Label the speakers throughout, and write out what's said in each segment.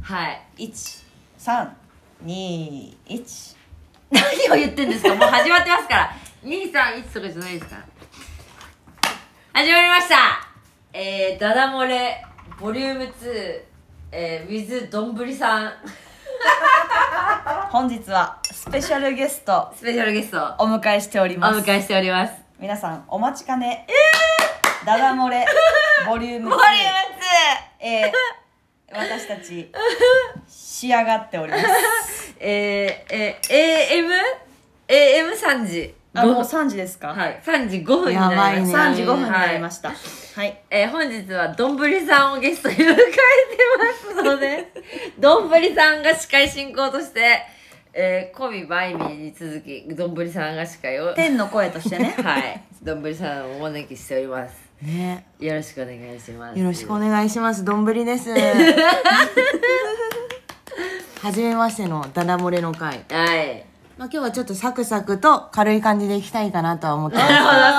Speaker 1: はい
Speaker 2: 1321
Speaker 1: 何を言ってんですかもう始まってますから231とかじゃないですから始まりましたえー、ダダ漏れボリューム2えー、with どんぶりさん
Speaker 2: 本日はスペシャルゲスト
Speaker 1: スペシャルゲストを
Speaker 2: お迎えしており
Speaker 1: お
Speaker 2: ます
Speaker 1: 迎えしております
Speaker 2: 皆さんお待ちかねダダ 漏れボリューム
Speaker 1: ボ
Speaker 2: 2
Speaker 1: リューム
Speaker 2: えー私たち仕上がってお ります
Speaker 1: 2! えー、えー、AM?AM3 時
Speaker 2: あもう
Speaker 1: 5
Speaker 2: 3時ですか、
Speaker 1: はい、3時5分になりました
Speaker 2: 3時5分になりま
Speaker 1: し
Speaker 2: したはい、
Speaker 1: た、えー本日はどんぶりさんをゲストに迎えてますの でどんぶりさんが司会進行として、えー、コミバイミーに続きどんぶりさんが司会を
Speaker 2: 天の声としてね
Speaker 1: はいどんぶりさんをお招きしております
Speaker 3: ね、
Speaker 1: よろしくお願いします
Speaker 3: よろしくお願いします。どんぶ りです。はじめましてのダダ漏れの会。
Speaker 1: はい
Speaker 3: まあ、今日はちょっとサクサクと軽い感じでいきたいかなとは思ってま
Speaker 1: な
Speaker 3: す
Speaker 1: るほどサクサ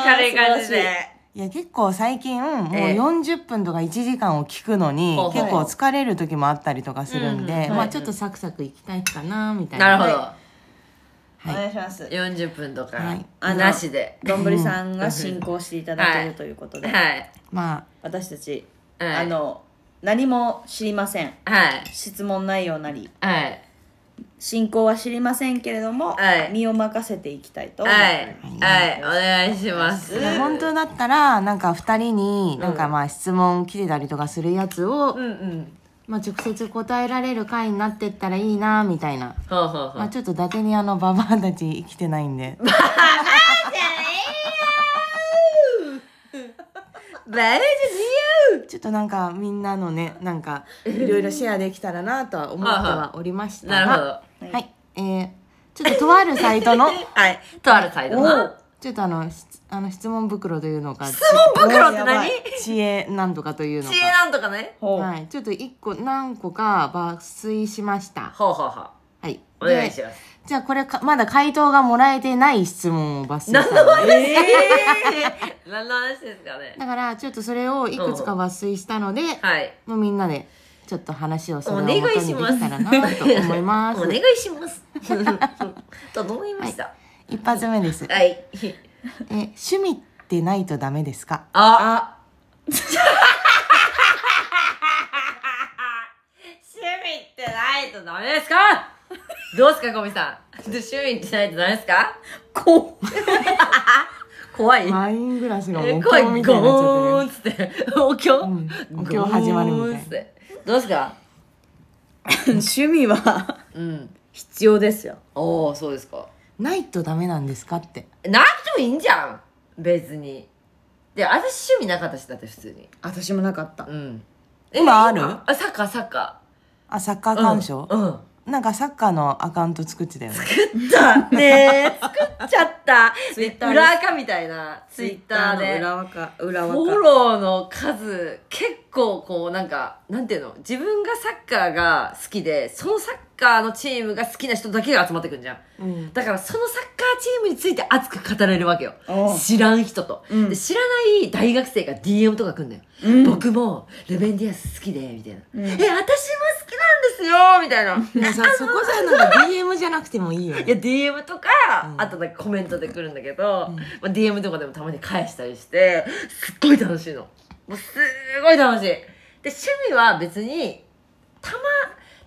Speaker 1: ク軽い感じ
Speaker 2: 素晴
Speaker 1: で
Speaker 2: らし
Speaker 3: いや、結構最近、もう
Speaker 1: ええ
Speaker 3: 40分とか1時間を聞くのに
Speaker 1: ほう、ほう
Speaker 3: 結構疲れる時もあったりとかするん
Speaker 1: うん
Speaker 3: で、
Speaker 1: うん
Speaker 3: まあちょっとサクサクいきたいかな、みたいな。
Speaker 1: なるほど、
Speaker 2: お願いします
Speaker 1: 40分とか、
Speaker 3: はい
Speaker 1: あなしで
Speaker 2: どんぶりさんが進行していただけ
Speaker 1: は
Speaker 2: る
Speaker 1: い
Speaker 2: ということで、
Speaker 1: はい
Speaker 3: ま
Speaker 2: 私たち、
Speaker 1: はい
Speaker 2: あの何も知りません
Speaker 1: はい
Speaker 2: 質問内容なり
Speaker 1: はい
Speaker 2: 進行は知りませんけれども、
Speaker 1: はい
Speaker 2: 身を任せていきたいと思いま
Speaker 1: はい、はい、お願いします。
Speaker 3: あ、本当だったら、なんか2人になんかまあ質問来てたりとかするやつを、
Speaker 1: うんうん。
Speaker 3: まあ直接答えられる会になってったらいいな、みたいな。
Speaker 1: ほうほうほ
Speaker 3: まあ
Speaker 1: う。
Speaker 3: ちょっと伊達にあのババアたち生きてない んで
Speaker 1: バイ
Speaker 3: ちょっとなんかみんなのねなんかいろいろシェアできたらなとは思ってはおりました
Speaker 1: なる
Speaker 3: が
Speaker 1: ほ
Speaker 2: ど
Speaker 3: はいえー、ちょっととあるサイトの
Speaker 1: ど。はい。とあるサイドな。
Speaker 3: ちょっとあのしあの質問袋というのか質
Speaker 1: 問袋って何
Speaker 3: 知恵なんとかというの
Speaker 1: 知
Speaker 3: か
Speaker 1: 恵なんとかね。
Speaker 2: ほう、
Speaker 3: はい、ちょっと一個何個か抜粋しました
Speaker 1: ほうほうほう。
Speaker 3: はい
Speaker 1: お願いし
Speaker 3: で
Speaker 1: ます。
Speaker 3: じゃあこれかまだ回答がもらえてない質問を抜粋した
Speaker 1: 何
Speaker 3: の
Speaker 1: の話
Speaker 3: で
Speaker 1: えー、何の話ですかね。
Speaker 3: だからちょっとそれをいくつか抜粋したので、
Speaker 1: はい。
Speaker 3: もうみんなでちょっと話をそ
Speaker 1: お願
Speaker 3: れを元にで
Speaker 1: いします。
Speaker 3: きたらなと思いま す
Speaker 1: お願いします。と思いました。
Speaker 3: 一発目です、
Speaker 1: はい。
Speaker 3: え趣味ってないとダメですか
Speaker 1: あ、
Speaker 2: あ
Speaker 1: 趣味ってないとダメですかどうすか、コミさん。趣味ってないとダメですか
Speaker 2: こう
Speaker 1: 怖い。
Speaker 3: ワイングラスが
Speaker 1: え
Speaker 3: お
Speaker 1: ー声
Speaker 3: 経みたいになっちゃ
Speaker 1: ゴ
Speaker 3: っ
Speaker 1: ーンっつってお経、
Speaker 3: うんお経始まるみ
Speaker 1: ゴ
Speaker 3: たいな
Speaker 1: ーンっつってどうですか
Speaker 2: 趣味は
Speaker 1: うん
Speaker 2: 必要ですよ
Speaker 1: おおそうですか
Speaker 3: て ないとダメなんですかって
Speaker 1: なくてもいいんじゃん別にで私趣味なかったしだって普通に
Speaker 2: 私もなかった
Speaker 1: うん
Speaker 3: 今ある
Speaker 1: あサッカーサッカ
Speaker 3: あサッカ
Speaker 1: ー
Speaker 3: ー鑑賞、
Speaker 1: うん、うん
Speaker 3: なんかサッカーのアカウント作ってたよね
Speaker 1: だねえ作っちゃった
Speaker 2: ツイッター
Speaker 1: で裏垢みたいなツイッター
Speaker 2: の
Speaker 1: で
Speaker 2: 裏若裏
Speaker 1: フォ
Speaker 2: 若
Speaker 1: ローの数結構こうなんかなんていうの自分がサッカーが好きでそのサッカーのチームが好きな人だけが集まってくんじゃん
Speaker 3: うん
Speaker 1: だからそのサッカーチームについて熱く語れるわけよ
Speaker 2: おう
Speaker 1: 知らん人と、
Speaker 2: うん
Speaker 1: で知らない大学生が DM とか来んだよ、
Speaker 2: うん
Speaker 1: 僕もルベンディアス好きでみたいな、
Speaker 2: うん
Speaker 1: え私も好きなんですよみたいな
Speaker 3: でもさそこさなんか DM じゃなくてもいいよ
Speaker 1: いや
Speaker 3: ね
Speaker 1: DM とか、
Speaker 3: うん
Speaker 1: あとなんかコメントで来るんだけど、まあ、DM とかでもたまに返したりしてすっごい楽しいのもうすごい楽しいで趣味は別にたま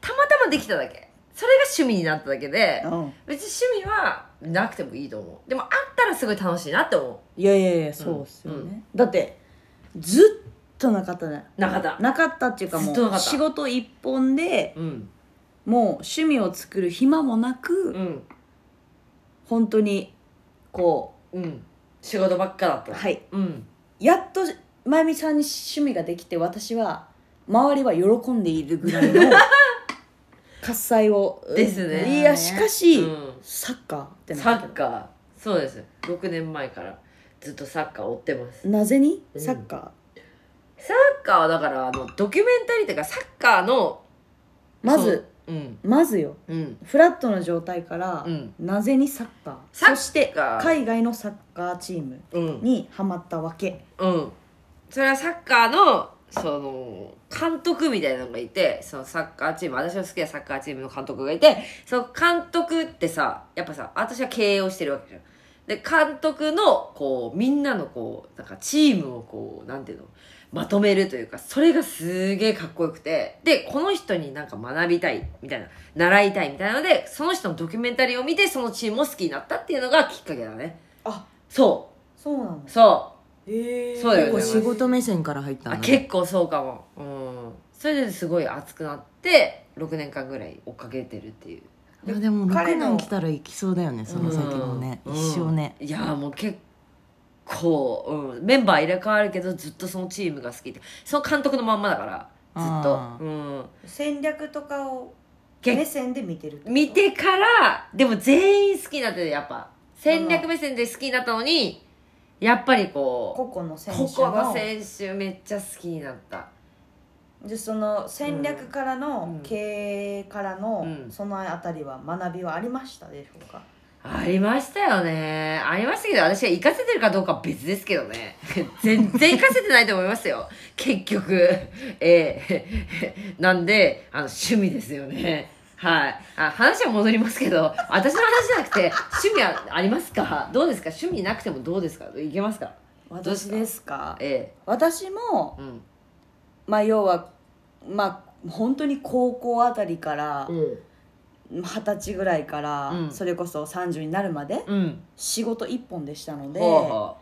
Speaker 1: たまたまできただけそれが趣味になっただけで、
Speaker 2: うん
Speaker 1: 別に趣味はなくてもいいと思うでもあったらすごい楽しいなって思
Speaker 2: いやいやいやそうっすよね、
Speaker 1: うんう
Speaker 2: だってずっとなかったね
Speaker 1: う中田
Speaker 2: なかったっていうか
Speaker 1: ず
Speaker 2: も
Speaker 1: っとなか
Speaker 2: う
Speaker 1: った
Speaker 2: 仕事一本で
Speaker 1: うん
Speaker 2: もう趣味を作る暇もな
Speaker 1: う
Speaker 2: く、
Speaker 1: ん
Speaker 2: 本当にこ
Speaker 1: うん仕事ばっかだった
Speaker 2: うはい
Speaker 1: うん
Speaker 2: やっとまゆみさんに趣味ができて私は周りは喜んでいるぐらいの 喝采を
Speaker 1: ですね
Speaker 2: いやしかし、
Speaker 1: うん
Speaker 2: サッカーって
Speaker 1: サ
Speaker 2: なった
Speaker 1: ッ
Speaker 2: け
Speaker 1: カーそうです6年前からずっとサッカー追ってます
Speaker 2: どなぜに
Speaker 1: うん
Speaker 2: サッカー、
Speaker 1: サッカーはだからあのドキュメンタリーというかサッカーの
Speaker 2: まず
Speaker 1: そううん
Speaker 2: まずよ
Speaker 1: うん
Speaker 2: フラットな状態から、
Speaker 1: うん
Speaker 2: なぜにサッカー
Speaker 1: サッカー
Speaker 2: そして海外のサッカーチーム
Speaker 1: うん
Speaker 2: にハマったわけ
Speaker 1: うんそれはサッカーのその監督みたいなのがいてそのサッカーチーム私の好きなサッカーチームの監督がいてその監督ってさやっぱさ私は経営をしてるわけじゃん。で監督のこうみんなのこうなんかチームをこうなんていうのまとめるというかそれがすげえかっこよくてでこの人になんか学びたいみたいな習いたいみたいなのでその人のドキュメンタリーを見てそのチームを好きになったっていうのがきっかけだね
Speaker 2: あ
Speaker 1: そ
Speaker 2: そうなん
Speaker 1: う
Speaker 2: だ
Speaker 1: そう
Speaker 2: へえ
Speaker 1: そうだよね
Speaker 3: 結構仕事目線から入った
Speaker 1: あ
Speaker 3: な
Speaker 1: 結構そうかもうんそれですごい熱くなって6年間ぐらい追っかけてるっていう
Speaker 3: まあでも
Speaker 2: 彼
Speaker 3: 6
Speaker 2: の
Speaker 3: 年来たら行きそうだよねその先もね、
Speaker 1: うん
Speaker 3: 一生ね、
Speaker 1: いやーもう結構、うん、メンバー入れ替わるけどずっとそのチームが好きってその監督のまんまだからずっ
Speaker 3: あ
Speaker 1: と、
Speaker 3: ー
Speaker 1: うん、
Speaker 2: 戦略とかを
Speaker 1: け
Speaker 2: 目線で見てるってこと
Speaker 1: 見てからでも全員好きになってるやっぱ戦略目線で好きになったのにやっぱりこ
Speaker 2: 個々の
Speaker 1: う
Speaker 2: 選手
Speaker 1: こ
Speaker 2: の
Speaker 1: この選手めっちゃ好きになった
Speaker 2: じゃあその戦略から
Speaker 1: うん
Speaker 2: の経営からの
Speaker 1: うん
Speaker 2: そのあたりは学びはありましたでしょうか、
Speaker 1: ありましたよねありましたけど私が活かせてるかどうかは別ですけどね 全然活かせてないと思いますよ結局ええなんであの趣味ですよねはいあ話は戻りますけど私の話じゃなくて趣味はありますかどうですか趣味なくてもどうですかいけますか
Speaker 2: 私ですか
Speaker 1: え
Speaker 2: 私も
Speaker 1: えうん
Speaker 2: まあ要はまあ本当に高校あたりから
Speaker 1: うん
Speaker 2: 二十歳ぐらいから、
Speaker 1: うん
Speaker 2: それこそ30になるまで
Speaker 1: うん
Speaker 2: 仕事一本でしたので、
Speaker 1: ほうほ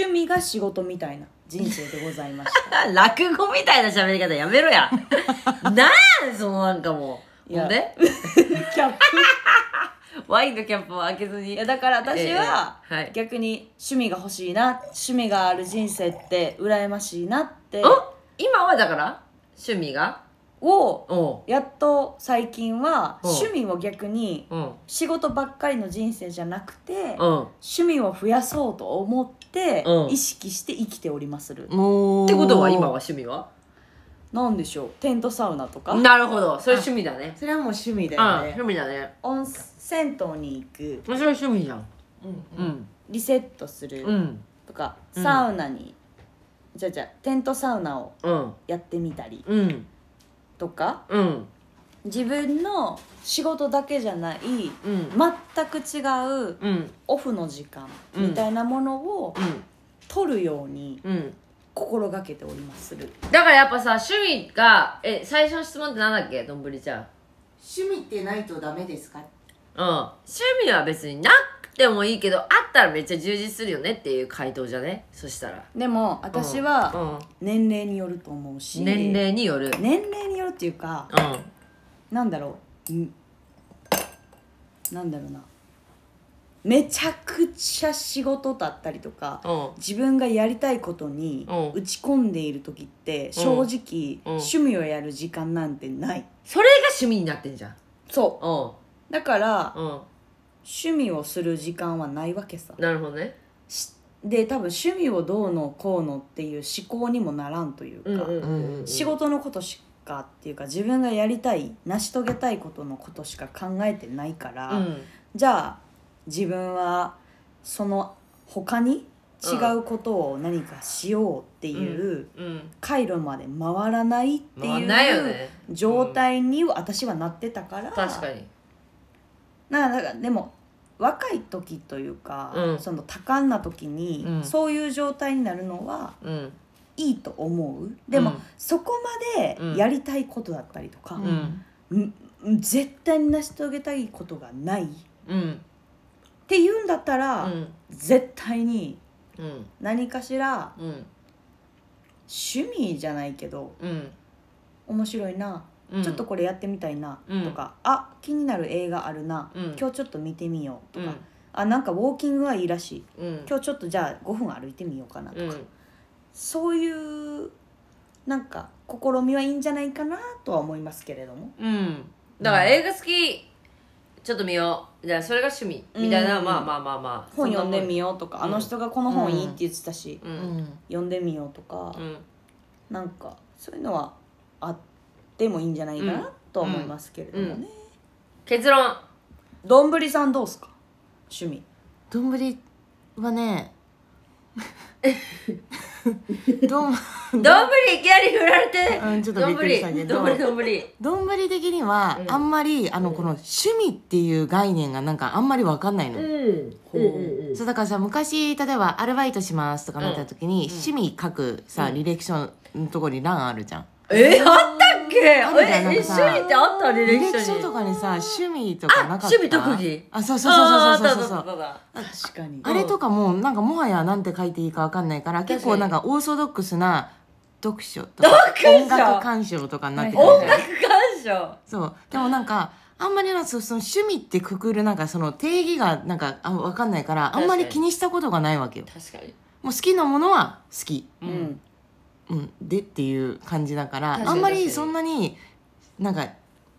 Speaker 2: 趣味が仕事みたいな人生でございま し
Speaker 1: うあ落語みたいな喋り方やめろや なんそのなんかもう
Speaker 2: いや
Speaker 1: ほんで
Speaker 2: たキャップ
Speaker 1: ワインのキャップを開けずに
Speaker 2: いやだから私は
Speaker 1: ええはい
Speaker 2: 逆に趣味が欲しいな趣味がある人生って羨ましいなって
Speaker 1: お今はだから趣味が
Speaker 2: を
Speaker 1: お
Speaker 2: やっと最近は
Speaker 1: うん
Speaker 2: 趣味を逆に
Speaker 1: うんうん
Speaker 2: 仕事ばっかりの人生じゃなくて
Speaker 1: うんっ
Speaker 2: 趣味を増やそうと思って
Speaker 1: うん
Speaker 2: 意識して生きておりまする
Speaker 3: もう
Speaker 1: てことは今は趣味は
Speaker 2: なんでしょうテントサウナとか
Speaker 1: なるほどそれ趣味だね
Speaker 3: それはもう趣味だ
Speaker 1: うん
Speaker 3: よね、
Speaker 1: 趣味だね
Speaker 2: 温銭湯に行く
Speaker 1: それ趣味じゃんう
Speaker 3: うん
Speaker 1: ん
Speaker 2: リセットする
Speaker 1: うん
Speaker 2: とか
Speaker 1: うん
Speaker 2: サウナにじゃあじゃあテントサウナを
Speaker 1: うん
Speaker 2: やってみたり
Speaker 1: うん
Speaker 2: とか
Speaker 1: うん
Speaker 2: 自分の仕事だけじゃない全
Speaker 1: うん
Speaker 2: く違う
Speaker 1: うんうん
Speaker 2: オフの時間みたいなものを取るように
Speaker 1: うん
Speaker 2: 心がけておりまする
Speaker 1: だからやっぱさ趣味がえ最初の質問ってなんだっけどんぶりちゃん
Speaker 3: 趣味ってないとダメですか
Speaker 1: うん趣味は別になくてもいいけどあったらめっちゃ充実するよねっていう回答じゃねそしたら
Speaker 2: でも私は
Speaker 1: うん
Speaker 2: 年齢によると思うし
Speaker 1: 年齢によるうん
Speaker 2: 年齢によるっていうかなんだろうんなんだろうなめちゃくちゃ仕事だったりとか
Speaker 1: うん
Speaker 2: 自分がやりたいことに
Speaker 1: うん
Speaker 2: 打ち込んでいる時って正直
Speaker 1: うん
Speaker 2: 趣味をやる時間なんてない
Speaker 1: それが趣味になってんじゃん
Speaker 2: そ
Speaker 1: うん
Speaker 2: うだから
Speaker 1: うん
Speaker 2: 趣味をする時間はないわけさ
Speaker 1: なるほどね
Speaker 2: しで多分趣味をどうのこうのっていう思考にもならんというか、
Speaker 3: うんうん
Speaker 2: 仕事のことしかっていうか自分がやりたい成し遂げたいことのことしか考えてないから、
Speaker 1: うん
Speaker 2: じゃあ自分はその他に違うことを何かしようっていう
Speaker 1: うん
Speaker 2: 回路まで回らないって
Speaker 1: まあないよ
Speaker 2: いう
Speaker 1: ね
Speaker 2: 状態に私はなってたから、
Speaker 1: 確かに
Speaker 2: なだからでも若い時というか、
Speaker 1: うん
Speaker 2: その多感な時に、
Speaker 1: うん
Speaker 2: そういう状態になるのは
Speaker 1: うん
Speaker 2: いいと思うで
Speaker 1: う
Speaker 2: も、
Speaker 1: ん
Speaker 2: そこま
Speaker 1: うん
Speaker 2: でやりたいことだったりとか、
Speaker 1: ん
Speaker 2: ん絶対に成し遂げたいことがないっ
Speaker 1: うん
Speaker 2: ていうんだったら、
Speaker 1: うん
Speaker 2: 絶対に
Speaker 1: うん
Speaker 2: 何かしら
Speaker 1: うん
Speaker 2: 趣味じゃないけど
Speaker 1: うん
Speaker 2: 面白いな、
Speaker 1: うん
Speaker 2: ちょっとこれやってみたいな、
Speaker 1: うん
Speaker 2: とかあ気になる映画あるな、
Speaker 1: うん
Speaker 2: 今日ちょっと見てみよ
Speaker 1: う
Speaker 2: うと
Speaker 1: ん
Speaker 2: か、あなんかウォーキングはいいらしい
Speaker 1: うん
Speaker 2: 今日ちょっとじゃあ5分歩いてみようかなとか、
Speaker 1: うん
Speaker 2: そういうなんか試みはいいんじゃないかなとは思いますけれども
Speaker 1: うんだから映画好きちょっと見ようじゃあそれが趣味みたいな
Speaker 2: うん
Speaker 1: まあまあまあまあ
Speaker 2: 本読んでみ
Speaker 1: よ
Speaker 2: ようとか
Speaker 1: そ
Speaker 2: あ
Speaker 1: んなもん
Speaker 2: の人がこの本いいって言ってたし、
Speaker 1: うう
Speaker 3: うんん
Speaker 2: 読んでみようとか、
Speaker 1: うん
Speaker 2: なんかそういうのはあってもいいんじゃないかなとは思いますけれどもね
Speaker 1: 結論
Speaker 2: どんぶりさんどうすか趣味
Speaker 3: 丼はねどん
Speaker 1: 丼いきなり振られて
Speaker 3: うんちょっとびっくりしたけど
Speaker 1: 丼丼丼
Speaker 3: どんぶり的には
Speaker 1: うん
Speaker 3: あんまりあのこの趣味っていう概念がなんかあんまりわかんないの、
Speaker 1: うんうんうんうん
Speaker 3: そうだからさ昔例えばアルバイトしますとかなった時に、趣味書くさ、履歴書のとこに欄あるじゃん
Speaker 1: えあったっけえ
Speaker 3: あるじゃんなん
Speaker 1: 一
Speaker 3: かさ
Speaker 1: 緒にってあった履
Speaker 3: 履
Speaker 1: 歴
Speaker 3: 歴書
Speaker 1: 書
Speaker 3: と
Speaker 1: に
Speaker 3: かにさ趣味とかなかった
Speaker 1: あ趣味特技
Speaker 3: あそうそうそうそうそうそうそう
Speaker 1: あーあったあったあったあった
Speaker 2: 確かに
Speaker 3: あれとかもなんかもはやなんて書いていいかわかんないから結構なんかオーソドックスな読書とか
Speaker 1: 読書
Speaker 3: 音楽鑑賞とかになってくるじゃん
Speaker 1: 音楽鑑賞
Speaker 3: そうでもなんかあんまりなんかそその趣味ってくくるなんかその定義がなんかあわかんないからあんまり
Speaker 1: 確
Speaker 3: 気
Speaker 1: か
Speaker 3: にしたことがないわけよ
Speaker 1: 確かに
Speaker 3: もう好きなものは好き、
Speaker 2: う
Speaker 1: うん
Speaker 2: ん
Speaker 3: うん、でっていう感じだから
Speaker 1: 確か
Speaker 3: あ
Speaker 1: に
Speaker 3: んまりそんなになんか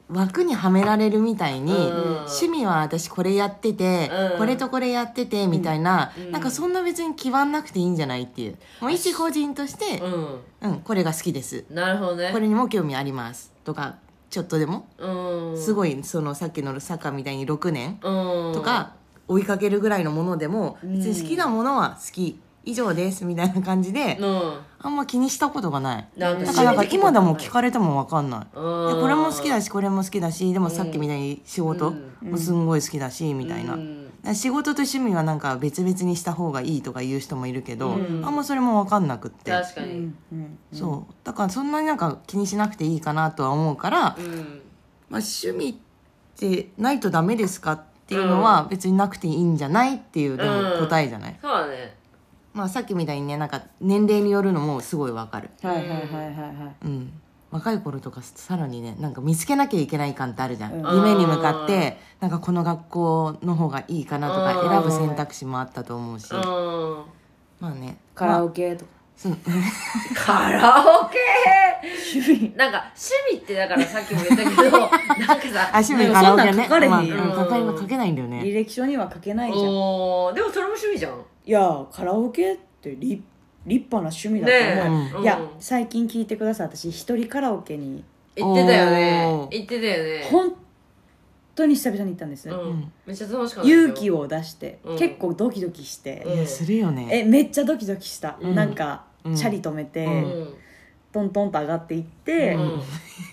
Speaker 3: 枠にはめられるみたいに、
Speaker 1: うん
Speaker 3: 趣味は私これやってて、
Speaker 1: うん
Speaker 3: これとこれやっててみたいな、
Speaker 1: うん
Speaker 3: なんかそんな別に気張んなくていいんじゃないっていうもう一個人として、
Speaker 1: うん
Speaker 3: うん、これが好きです
Speaker 1: なるほどね
Speaker 3: これにも興味ありますとかちょっとでも
Speaker 1: うん
Speaker 3: すごいそのさっきのサッカーみたいに6年
Speaker 1: うん
Speaker 3: とか追いかけるぐらいのものでも
Speaker 2: うん
Speaker 3: 別に好きなものは好き以上ですみたいな感じで
Speaker 1: うん
Speaker 3: あんま気にしたことがない
Speaker 1: なん
Speaker 3: だ
Speaker 1: か
Speaker 3: からなんか
Speaker 1: 趣味
Speaker 3: 今でも聞かれても分かんないいや
Speaker 1: こ
Speaker 3: これも好きだ
Speaker 1: し
Speaker 3: しこれも好きだしでもさっきみたいに仕事もすんごい好きだしみたいなだから仕事と趣味はなんか別々にした方がいいとか言う人もいるけど
Speaker 1: うん
Speaker 3: あんまそれも分かんなくって
Speaker 1: 確か
Speaker 2: う
Speaker 1: に
Speaker 2: んうん
Speaker 3: そうだからそんなになんか気にしなくていいかなとは思うから
Speaker 1: うん
Speaker 3: まあ、趣味ってないとダメですかっていうのは別になくていいんじゃないっていうでも
Speaker 1: うん
Speaker 3: 答えじゃない、
Speaker 1: そうだね
Speaker 3: まあ、さっきみたいにねなんか年齢によるのもすごいわかる、
Speaker 2: はいはいはいはいは
Speaker 3: うん、若い頃とかさらにねなんか見つけなきゃいけない感ってあるじゃん、
Speaker 2: うん
Speaker 3: 夢に向かってなんかこの学校の方がいいかなと
Speaker 1: うん
Speaker 3: か選ぶ選択肢もあったと思うし、
Speaker 1: うん
Speaker 3: まあね
Speaker 2: いカラ
Speaker 3: まあ
Speaker 2: オケとか
Speaker 3: そう
Speaker 1: カラオケ
Speaker 2: 趣味
Speaker 1: なんか趣味ってだからさっきも言ったけどなんか
Speaker 3: あ
Speaker 1: さ
Speaker 3: 趣味カラオケ
Speaker 2: でもそんなん
Speaker 3: ね
Speaker 2: 書かれへん
Speaker 3: まあ
Speaker 2: よ
Speaker 3: うん書かれ書けないんだよね
Speaker 2: 履歴書には書けないじゃん
Speaker 1: おーでもそれも趣味じゃん
Speaker 2: いやカラオケって立立派な趣味だと思う、
Speaker 1: ねえ
Speaker 2: いや
Speaker 1: うん
Speaker 2: 最近聞いてください私一人カラオケに
Speaker 1: 行ってたよね
Speaker 3: おー
Speaker 1: 行ってたよね
Speaker 2: 本当に久々に行ったんです、
Speaker 1: うん
Speaker 3: うん
Speaker 1: めっちゃ楽しかった
Speaker 2: 勇気
Speaker 1: を
Speaker 2: を出して、
Speaker 1: うん
Speaker 2: 結構ドキドキして、
Speaker 1: うん
Speaker 3: いやするよね
Speaker 2: えめっちゃドキドキした、
Speaker 1: うん
Speaker 2: なんか、
Speaker 3: うん
Speaker 2: チャリ止めて、
Speaker 1: う
Speaker 3: うん
Speaker 2: トントンと上がっていって、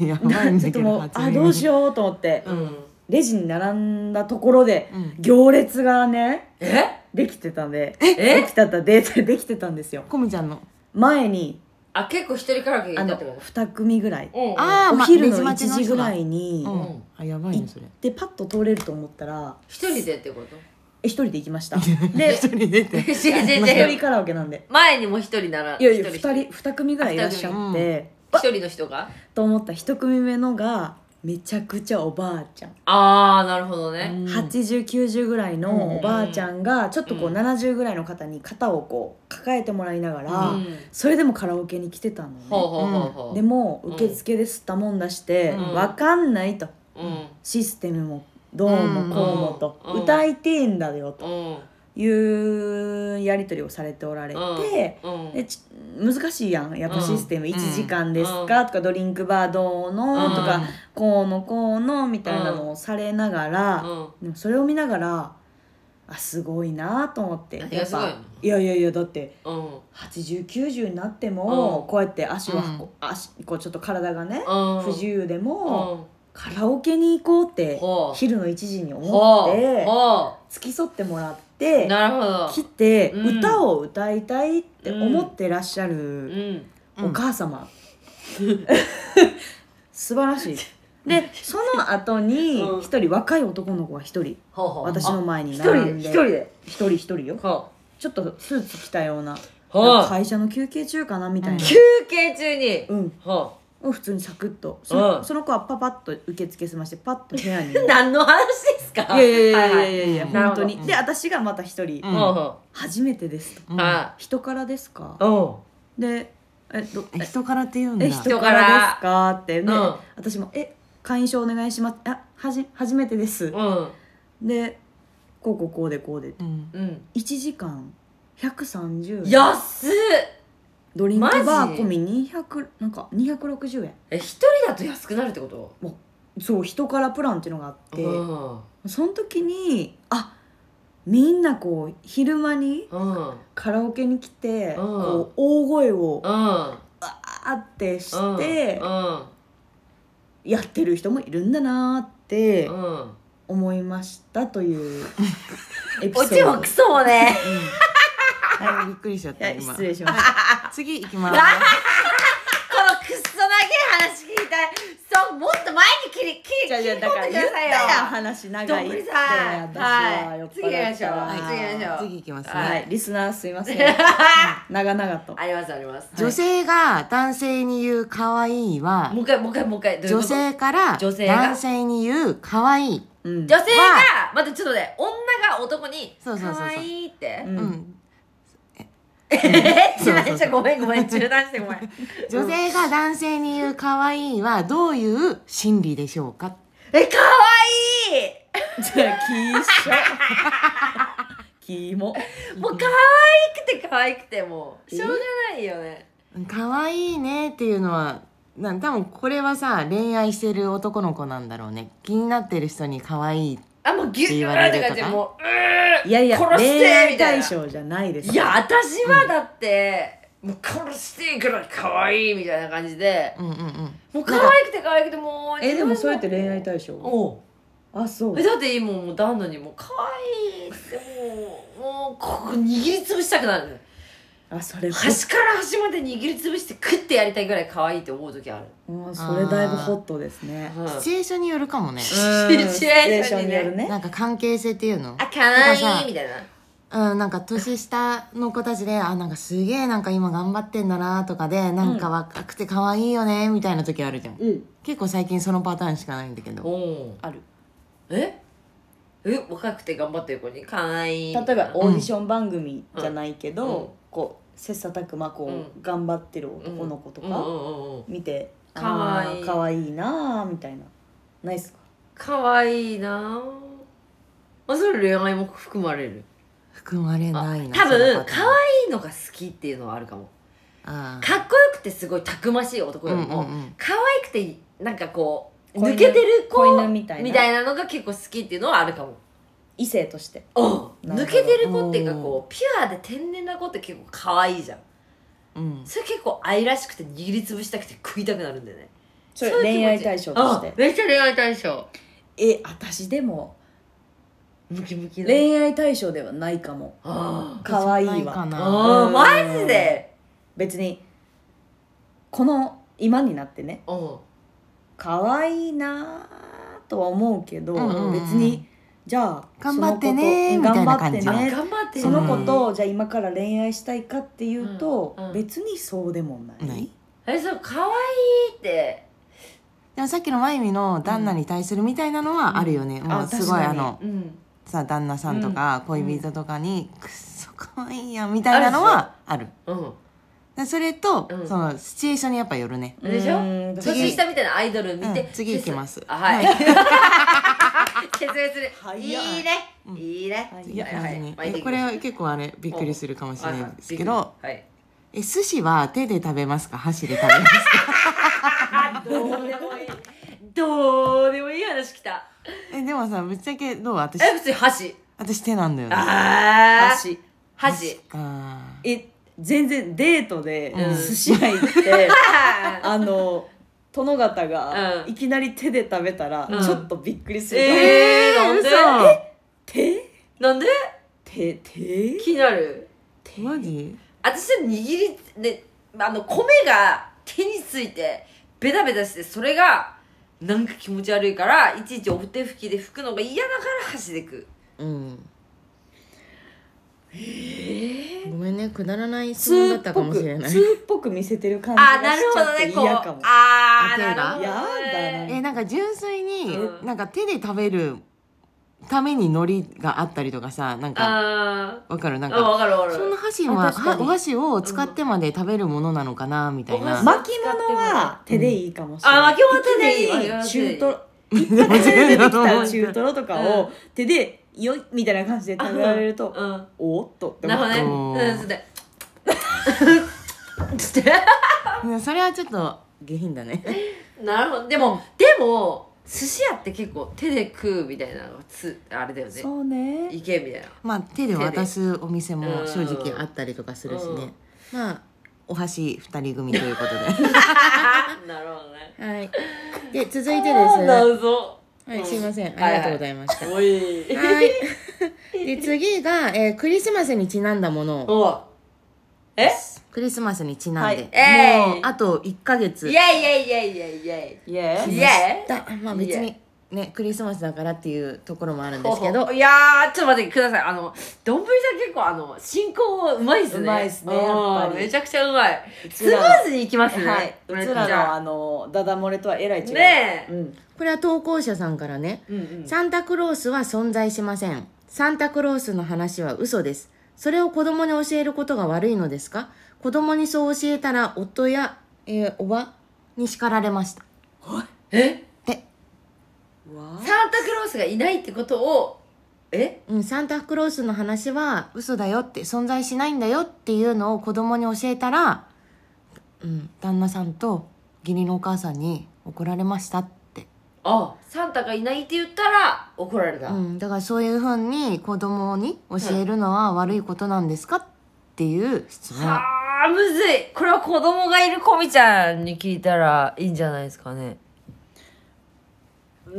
Speaker 1: うん
Speaker 3: やばいん
Speaker 2: なちょ
Speaker 3: だ
Speaker 2: っと
Speaker 3: け
Speaker 2: も
Speaker 3: ど
Speaker 2: うあどうし
Speaker 3: よ
Speaker 2: ようと思って、
Speaker 1: うん
Speaker 2: レジに並んだところで、
Speaker 3: うん
Speaker 2: 行列がね
Speaker 1: え
Speaker 2: できてたんでで
Speaker 1: え
Speaker 2: きたたデータでき てたんですよ
Speaker 3: うこみちゃんの
Speaker 2: 前に
Speaker 1: あ結構一人カラオケ行
Speaker 2: あ
Speaker 1: った
Speaker 2: の
Speaker 1: ってこ
Speaker 2: 2組ぐらい
Speaker 1: とうんうん
Speaker 3: あー
Speaker 2: お
Speaker 3: まあ
Speaker 2: 昼
Speaker 3: レジ
Speaker 2: の1
Speaker 3: 待ちの
Speaker 2: 時
Speaker 3: 人
Speaker 2: ぐ
Speaker 3: が
Speaker 2: らいに、
Speaker 3: う
Speaker 1: うん
Speaker 3: ん、あやばいねそれ
Speaker 2: でパッと通れると思ったら
Speaker 1: 一人でってこと
Speaker 2: え一人で行きました で
Speaker 3: 一人出て
Speaker 1: 違う違う
Speaker 2: 一
Speaker 1: 違
Speaker 2: 人
Speaker 1: う
Speaker 2: カラオケなんで
Speaker 1: 前にも一人なら
Speaker 2: いやいや
Speaker 1: 一
Speaker 2: 2
Speaker 1: 人
Speaker 2: 人二組ぐらいいらっしゃ
Speaker 3: あ
Speaker 2: っ
Speaker 3: 二人
Speaker 2: て、
Speaker 1: 一人の人が
Speaker 2: と思った1組目のがめちゃくちゃおばあちゃん、
Speaker 1: ああなるほどね
Speaker 2: 8090ぐらいのおばあちゃんがちょっとこう
Speaker 1: うん
Speaker 2: 70ぐらいの方に肩をこう抱えてもらいながら、
Speaker 1: うん
Speaker 2: それでもカラオケに来てたの
Speaker 1: ほうほ
Speaker 2: ね
Speaker 1: うほうほう
Speaker 2: でも受付で吸ったもんだして
Speaker 3: うん
Speaker 2: わかんないと
Speaker 1: うん
Speaker 2: システムもどうもこうもと、
Speaker 1: うん
Speaker 2: 歌いてえんだよと
Speaker 1: うん
Speaker 2: いうやり取りをされておられて、
Speaker 1: うん
Speaker 2: でち難しいやんやっぱシステム
Speaker 3: うん
Speaker 2: 1時間ですか、とかドリンクバーどうのとか、
Speaker 1: うん
Speaker 2: こうのこうのみたいなのをされながら、
Speaker 1: うん
Speaker 2: でもそれを見ながらあすごいなと思って
Speaker 1: 何
Speaker 2: や
Speaker 1: が
Speaker 2: っ
Speaker 1: すごい
Speaker 2: ぱ
Speaker 1: の
Speaker 2: いやいやいやだって
Speaker 1: うん
Speaker 2: 8090になっても、
Speaker 1: うん
Speaker 2: こうやって足は、
Speaker 3: うん
Speaker 2: 足こうちょっと体がね、
Speaker 1: うん
Speaker 2: 不自由でも、
Speaker 1: うん
Speaker 2: カラオケに行こうって
Speaker 1: ほう
Speaker 2: 昼の1時に思
Speaker 1: ほ
Speaker 2: っ
Speaker 1: う
Speaker 2: て
Speaker 1: ほ
Speaker 2: 付き添ってもらっ
Speaker 1: う
Speaker 2: て
Speaker 1: なるほど
Speaker 2: 来て、
Speaker 1: うん
Speaker 2: 歌を歌いたいって思ってらっしゃる。
Speaker 1: うん
Speaker 2: お母様、 素晴らしいでその後に
Speaker 1: うん
Speaker 2: 一人若い男の子が一人
Speaker 1: ほうほう
Speaker 2: 私の前に
Speaker 1: 一人
Speaker 2: 並
Speaker 1: で
Speaker 2: んで
Speaker 1: 一人で
Speaker 2: 一人一人よ
Speaker 1: ほ
Speaker 2: ちょっとスーツ着たような
Speaker 1: うほう
Speaker 2: 会社の休憩中かなみたいな
Speaker 1: 休憩中に
Speaker 2: うん、
Speaker 1: ほ
Speaker 2: うん、普通にサクッとその,、
Speaker 1: うん
Speaker 2: その子はパパッと受付済ましてパッと部屋にいう
Speaker 1: 何の話ですか
Speaker 2: やいやいやいやいや
Speaker 3: はい
Speaker 1: はい
Speaker 2: 本当
Speaker 1: なる
Speaker 2: にで私がまた一人、
Speaker 3: う
Speaker 1: ほ
Speaker 3: ん
Speaker 1: うほ
Speaker 2: 初めてです」と
Speaker 3: うん
Speaker 1: あ
Speaker 2: 「人からですか?
Speaker 1: ううん」
Speaker 2: で「えど
Speaker 3: え人からって言うんだ
Speaker 2: え人からですかってね、
Speaker 1: うん
Speaker 2: 私も「え会員証お願いします」あはじ初めてです
Speaker 1: う」ん
Speaker 2: でこうこうこうでこうで
Speaker 3: うん
Speaker 1: うん
Speaker 2: 1時間130円
Speaker 1: 安っ
Speaker 2: ドリンクバ
Speaker 1: マ
Speaker 2: ー
Speaker 1: ジ
Speaker 2: 込み200なんか260円
Speaker 1: え一人だと安くなるってこと
Speaker 2: そう人からプランっていうのがあって、
Speaker 1: うん
Speaker 2: その時にあみんなこう昼間に
Speaker 1: うんうん
Speaker 2: カラオケに来て、
Speaker 1: ん
Speaker 2: こう大声をわ
Speaker 1: うん
Speaker 2: ーってして
Speaker 1: うん
Speaker 2: やってる人もいるんだなーって
Speaker 1: うん
Speaker 2: 思いましたという エピソ
Speaker 1: オチ
Speaker 2: ー
Speaker 1: も
Speaker 2: ド
Speaker 1: ク。ソもね
Speaker 3: はいびっくりしちゃっ
Speaker 2: い
Speaker 3: た
Speaker 2: や
Speaker 3: 今
Speaker 2: 失礼しま した。
Speaker 3: 次行きます
Speaker 1: このクッソ長い話聞いたらそうもっと前に切り切り
Speaker 2: じゃあ
Speaker 1: 切
Speaker 2: じ
Speaker 1: り込
Speaker 2: ゃあ
Speaker 1: ん
Speaker 2: だから
Speaker 1: でく
Speaker 2: 言っ
Speaker 1: ださ
Speaker 2: た
Speaker 1: い
Speaker 2: や
Speaker 1: よ
Speaker 2: ん話長いって
Speaker 1: どんぶり
Speaker 2: 私
Speaker 1: さん
Speaker 2: は酔っ
Speaker 1: はい次行き
Speaker 2: 払
Speaker 1: ま
Speaker 2: っ
Speaker 1: したょう
Speaker 2: わ
Speaker 1: 次行きましょう
Speaker 3: 次行きますね、
Speaker 1: は
Speaker 2: はいリスナーすいません長々と
Speaker 1: ありますあります
Speaker 3: 女性が男性に言う可愛いは
Speaker 1: もう一回もう一回もう一回どういうこ
Speaker 3: 女
Speaker 1: と
Speaker 3: 性から
Speaker 1: 女性が
Speaker 3: 男性に言う可愛い
Speaker 2: うん
Speaker 1: 女性が待ってちょっとね女が男に「
Speaker 3: そうそうそうそう
Speaker 1: かわいい」って
Speaker 2: う
Speaker 3: うんん
Speaker 1: えっ
Speaker 3: そうそうそう
Speaker 1: 中断してごめんごめん中断してごめ ん
Speaker 3: 女性が男性に言う可愛いはどういう心理でしょうか
Speaker 1: えかわい
Speaker 2: じゃあキーシ ョキモ
Speaker 1: いもうかわいくてかわいくてもうしょうがないよね
Speaker 3: 可愛いねっていうのはなん多分これはさ恋愛してる男の子なんだろうね気になってる人に可愛い
Speaker 1: あもうギュ
Speaker 3: 言
Speaker 1: ッ
Speaker 3: わ
Speaker 1: ー
Speaker 3: れ
Speaker 1: って
Speaker 3: るとか
Speaker 1: 感じでもううー
Speaker 2: いやいや
Speaker 1: 殺して
Speaker 2: 恋愛
Speaker 1: みたい
Speaker 2: 対
Speaker 1: な
Speaker 2: 象じゃないです
Speaker 1: いや私はだって、もう殺していくらいかわいいみたいな感じで
Speaker 3: うんうんうん
Speaker 1: もう可愛くて可愛くてもう
Speaker 2: えでもそうやって恋愛
Speaker 1: 象
Speaker 2: 対象
Speaker 1: おう
Speaker 2: あそう
Speaker 1: えだって今もう旦那にもう可愛いってもうもうここ握りつぶしたくなる
Speaker 2: あそれ
Speaker 1: 端から端まで握りつぶして食ってやりたいぐらい可愛いって思う時ある、
Speaker 2: うんそれだいぶホットですね
Speaker 1: うん、
Speaker 3: シチュエーションによるかもね
Speaker 1: うん
Speaker 2: うん
Speaker 1: シチュエーションにね
Speaker 2: シチュエよるね
Speaker 3: なんか関係性っていうの
Speaker 1: あ可愛
Speaker 3: なんか
Speaker 1: い
Speaker 3: さ
Speaker 1: みたいな
Speaker 3: うん、なんか年下の子たちで、あ、なんかすげえなんか今頑張ってんだなとかで、なんか若くて可愛いよね、みたいな時あるじゃん。
Speaker 2: うん
Speaker 3: 結構最近そのパターンしかないんだけど。
Speaker 1: お
Speaker 2: ある
Speaker 1: ええ若くて頑張ってる子に可愛い
Speaker 2: 例えばオーディション番組じゃないけど、
Speaker 1: うん
Speaker 2: こう切磋琢磨こう、
Speaker 1: う
Speaker 2: 頑張ってる男の子と
Speaker 1: うんう
Speaker 2: か
Speaker 1: んうんうん、
Speaker 2: 見て、あ
Speaker 1: かわいい
Speaker 2: ーかわいいなあみたいなないっすか
Speaker 1: 可愛いなぁあそれ恋愛も含まれる
Speaker 3: 含まれ
Speaker 1: あ
Speaker 3: ないな。
Speaker 1: 多
Speaker 3: その
Speaker 1: 分
Speaker 3: パターン
Speaker 1: 可愛いのが好きっていうのはあるかも
Speaker 3: あー
Speaker 1: かっこよくてすごいたくましい男
Speaker 3: う
Speaker 1: よ
Speaker 3: ん
Speaker 1: り
Speaker 3: う
Speaker 1: も、
Speaker 3: んうん。
Speaker 1: 可愛くてなんかこう
Speaker 2: 子
Speaker 1: 抜
Speaker 2: 犬
Speaker 1: けてる子
Speaker 2: 子犬みたいな
Speaker 1: みたいなのが結構好きっていうのはあるかも
Speaker 2: 異性として
Speaker 1: うん
Speaker 2: なるほど
Speaker 1: 抜けてる子っていうかこうピュアで天然な子って結構可愛いじゃん
Speaker 3: うん。
Speaker 1: それ結構愛らしくて握りつぶしたくて食いたくなるんだよね
Speaker 2: それ
Speaker 1: そういう気持ち
Speaker 2: 恋愛対象として
Speaker 1: めっちゃ恋愛対象
Speaker 2: え私でも
Speaker 1: ムキムキの
Speaker 2: 恋愛対象ではないかも
Speaker 1: あ
Speaker 2: かわいい
Speaker 3: か
Speaker 2: わ
Speaker 1: ー
Speaker 3: な。
Speaker 1: あーマジで
Speaker 2: 別にこの今になってね
Speaker 1: うん
Speaker 2: かわいいなあとは思うけど、
Speaker 3: うん
Speaker 1: うんうん
Speaker 2: 別にじゃあ
Speaker 3: 頑張ってね
Speaker 2: その子と
Speaker 3: みたいな感じ
Speaker 2: 頑張ってね
Speaker 1: 頑張って
Speaker 2: その子
Speaker 1: うん
Speaker 2: とじゃあ今から恋愛したいかっていうと、
Speaker 1: うんうん
Speaker 2: 別にそうでもない、
Speaker 3: ない
Speaker 1: えそう可愛いって
Speaker 3: でもさっきのまゆみの旦那に対するみたいなのはあるよね。もうすごい
Speaker 2: あ確か
Speaker 3: あ
Speaker 2: に
Speaker 3: の、
Speaker 1: うん
Speaker 3: さ、旦那さんとか恋人とかに、くっそ可愛いやんみたいなのはある。
Speaker 1: うん
Speaker 3: でそれと、
Speaker 1: うん
Speaker 3: そのシチュエーションにやっぱよるね。
Speaker 1: でしょ
Speaker 2: うん
Speaker 1: 年下みたいなアイドル見て、
Speaker 3: うん次行きます
Speaker 1: あはい説明する
Speaker 2: 早い
Speaker 1: いいね
Speaker 3: うん
Speaker 1: いいね
Speaker 2: 早い
Speaker 3: いや、
Speaker 1: は
Speaker 3: 本当
Speaker 1: 巻
Speaker 3: に
Speaker 1: いて
Speaker 3: え
Speaker 1: いき
Speaker 3: こ
Speaker 1: ま
Speaker 3: れ
Speaker 1: しょう
Speaker 3: は結構あれびっくりするかもしれないです
Speaker 1: は
Speaker 3: けど、
Speaker 1: いはい
Speaker 3: え寿司は手で食べますか箸で食べます
Speaker 1: あ
Speaker 3: か
Speaker 1: どうでもいいどうでもいい話きた
Speaker 3: えでもさぶっちゃけどう私
Speaker 1: え普通に箸
Speaker 3: 私手なんだよね
Speaker 1: あー
Speaker 2: 私
Speaker 1: 箸
Speaker 3: あ
Speaker 2: え全然デートで
Speaker 3: うん
Speaker 2: 寿司屋行って、
Speaker 1: あー
Speaker 2: あの殿方が
Speaker 1: うん
Speaker 2: いきなり手で食べたら
Speaker 1: うん
Speaker 2: ちょっとびっくりするかも、
Speaker 1: えー、
Speaker 3: ー
Speaker 1: なんで
Speaker 2: 手
Speaker 1: なんで
Speaker 2: 手手
Speaker 1: 気になる
Speaker 3: 嘘マジ
Speaker 1: 私は握りであの米が手についてベタベタしてそれがなんか気持ち悪いからいちいちお手拭きで拭くのが嫌だから箸で食う
Speaker 3: うん
Speaker 1: え
Speaker 3: ごめんねくだらない質
Speaker 2: ツ
Speaker 3: 問だっ
Speaker 2: ー
Speaker 3: た
Speaker 2: っ
Speaker 3: か
Speaker 2: ぽ
Speaker 3: も
Speaker 2: く
Speaker 3: しれない
Speaker 2: ツーっぽく見せてる感じ
Speaker 1: あなる
Speaker 2: がしち
Speaker 1: ほど
Speaker 2: ゃって
Speaker 1: ねこう
Speaker 2: 嫌かも
Speaker 1: あーなるほどね
Speaker 2: 嫌だ
Speaker 3: えなんか純粋に、
Speaker 1: うん
Speaker 3: なんか手で食べるために海苔があったりとかさなんか
Speaker 1: あ
Speaker 3: わかるなん
Speaker 1: ーあ
Speaker 3: か
Speaker 1: 分かる分か
Speaker 3: そん
Speaker 1: る
Speaker 3: な箸は
Speaker 2: あ確か
Speaker 3: は
Speaker 2: に
Speaker 3: お箸を使ってまで食べるものなのかなみたい
Speaker 1: お
Speaker 3: な、
Speaker 1: 箸
Speaker 2: 巻物は手でいいかもしれない、
Speaker 1: うんあ巻物手でいい
Speaker 2: きなり
Speaker 1: うん
Speaker 2: 中トロ一発で出てきた中トロとかを手でよいみたいな感じで食べられると、
Speaker 1: うん
Speaker 2: おっとって
Speaker 1: な
Speaker 2: 思
Speaker 1: る
Speaker 2: う
Speaker 1: ほどねうんそれでつって
Speaker 3: うんそれはちょっと下品だね
Speaker 1: なるほどでもでも寿司屋って結構手で食うみたいなのがつあれだよね
Speaker 2: そうね
Speaker 1: いけみたいな
Speaker 3: まあ手で渡すお店も正直あったりとかするし
Speaker 1: うんう
Speaker 3: ね
Speaker 1: ん、
Speaker 3: まあお箸二人組ということで
Speaker 1: なるほどね
Speaker 3: はいで続いて ですね
Speaker 1: 謎
Speaker 3: はいすいません
Speaker 1: うん
Speaker 3: ありがとうございました
Speaker 1: おい
Speaker 3: はい で次が、えークリスマスにちなんだものを
Speaker 1: おうえ
Speaker 3: クリスマスにちなんで、
Speaker 1: はい
Speaker 3: もうあと1ヶ月
Speaker 1: イエイイエイイエイイエ
Speaker 2: イエ
Speaker 1: イ
Speaker 2: ー
Speaker 1: イエイ
Speaker 3: だまあ別にねクリスマスだからっていうところもあるんですけど
Speaker 1: いやーちょっと待ってくださいあのどんぶりさん結構あの進行うまいっすね
Speaker 2: うまいっすね
Speaker 1: うん
Speaker 2: やっぱり
Speaker 1: めちゃくちゃうまいう
Speaker 2: ち
Speaker 1: スム
Speaker 2: ら
Speaker 1: ー
Speaker 2: の
Speaker 1: ズにいきますね
Speaker 2: はい、うちら
Speaker 1: じゃ
Speaker 2: のあのダダ漏れとはえらい
Speaker 1: あ
Speaker 2: 違い
Speaker 1: ね
Speaker 2: う
Speaker 1: え
Speaker 2: ん
Speaker 3: これは投稿者さんからね
Speaker 1: うんうん
Speaker 3: サンタクロースは存在しません。サンタクロースの話は嘘です。それを子供に教えることが悪いのですか子供にそう教えたら夫や、えーおばに叱られました。
Speaker 1: え
Speaker 3: で、
Speaker 2: わ
Speaker 1: サンタクロースがいないってことをえ
Speaker 3: うん、サンタクロースの話は嘘だよって、存在しないんだよっていうのを子供に教えたら、うん、旦那さんと義理のお母さんに怒られましたって。
Speaker 1: あサンタがいないって言ったら怒られた、
Speaker 3: うん、だからそういうふうに子供に教えるのは悪いことなんですかっていう質問。
Speaker 1: はあむずいこれは子供がいるこみちゃんに聞いたらいいんじゃないですかね
Speaker 2: う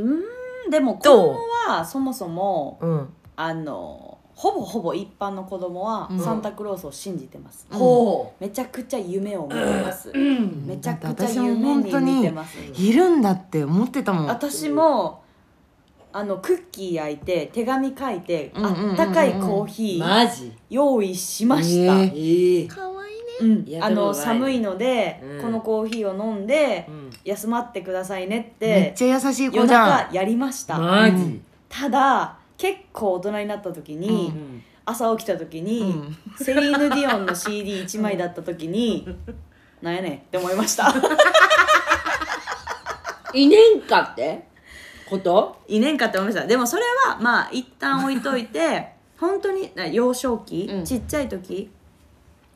Speaker 2: んでも子
Speaker 1: どう
Speaker 2: 供はそもそも
Speaker 1: うん
Speaker 2: あのほぼほぼ一般の子供は
Speaker 3: うん
Speaker 2: サンタクロースを信じてます、
Speaker 1: ほ
Speaker 2: めちゃくちゃ夢を見てます、
Speaker 1: う、うん
Speaker 2: めちゃくちゃ夢
Speaker 3: だって私も本
Speaker 2: に
Speaker 3: 当に
Speaker 2: 見てます
Speaker 3: いるんだって思ってたもん。
Speaker 2: 私もあのクッキー焼いて手紙書いて
Speaker 3: うんうんうんうん
Speaker 2: あったかいコーヒー
Speaker 1: ジ
Speaker 2: 用意しました、
Speaker 3: え
Speaker 1: ええ
Speaker 3: 可愛いいね。
Speaker 2: うん
Speaker 1: いや
Speaker 2: あ
Speaker 1: でも
Speaker 2: の
Speaker 1: ない
Speaker 2: 寒いので、
Speaker 1: うん
Speaker 2: このコーヒーを飲んで
Speaker 1: うん、
Speaker 2: 休まってくださいねっ
Speaker 3: めってちゃ優しい子
Speaker 2: 夜
Speaker 3: じゃん。
Speaker 2: 中やりました、
Speaker 1: マ
Speaker 3: う
Speaker 1: ジ
Speaker 3: ん、
Speaker 2: ただ結構大人になった時に、
Speaker 3: う
Speaker 1: うん
Speaker 2: 朝起きた時に、
Speaker 3: うん
Speaker 2: セリーヌ・ディオンの CD1 枚だった時に、 なんやねんって思いました
Speaker 1: いねんかってこと
Speaker 2: いねんかって思いましたでもそれはまあ一旦置いとい て本当にな幼少期、
Speaker 3: うん
Speaker 2: ちっちゃい時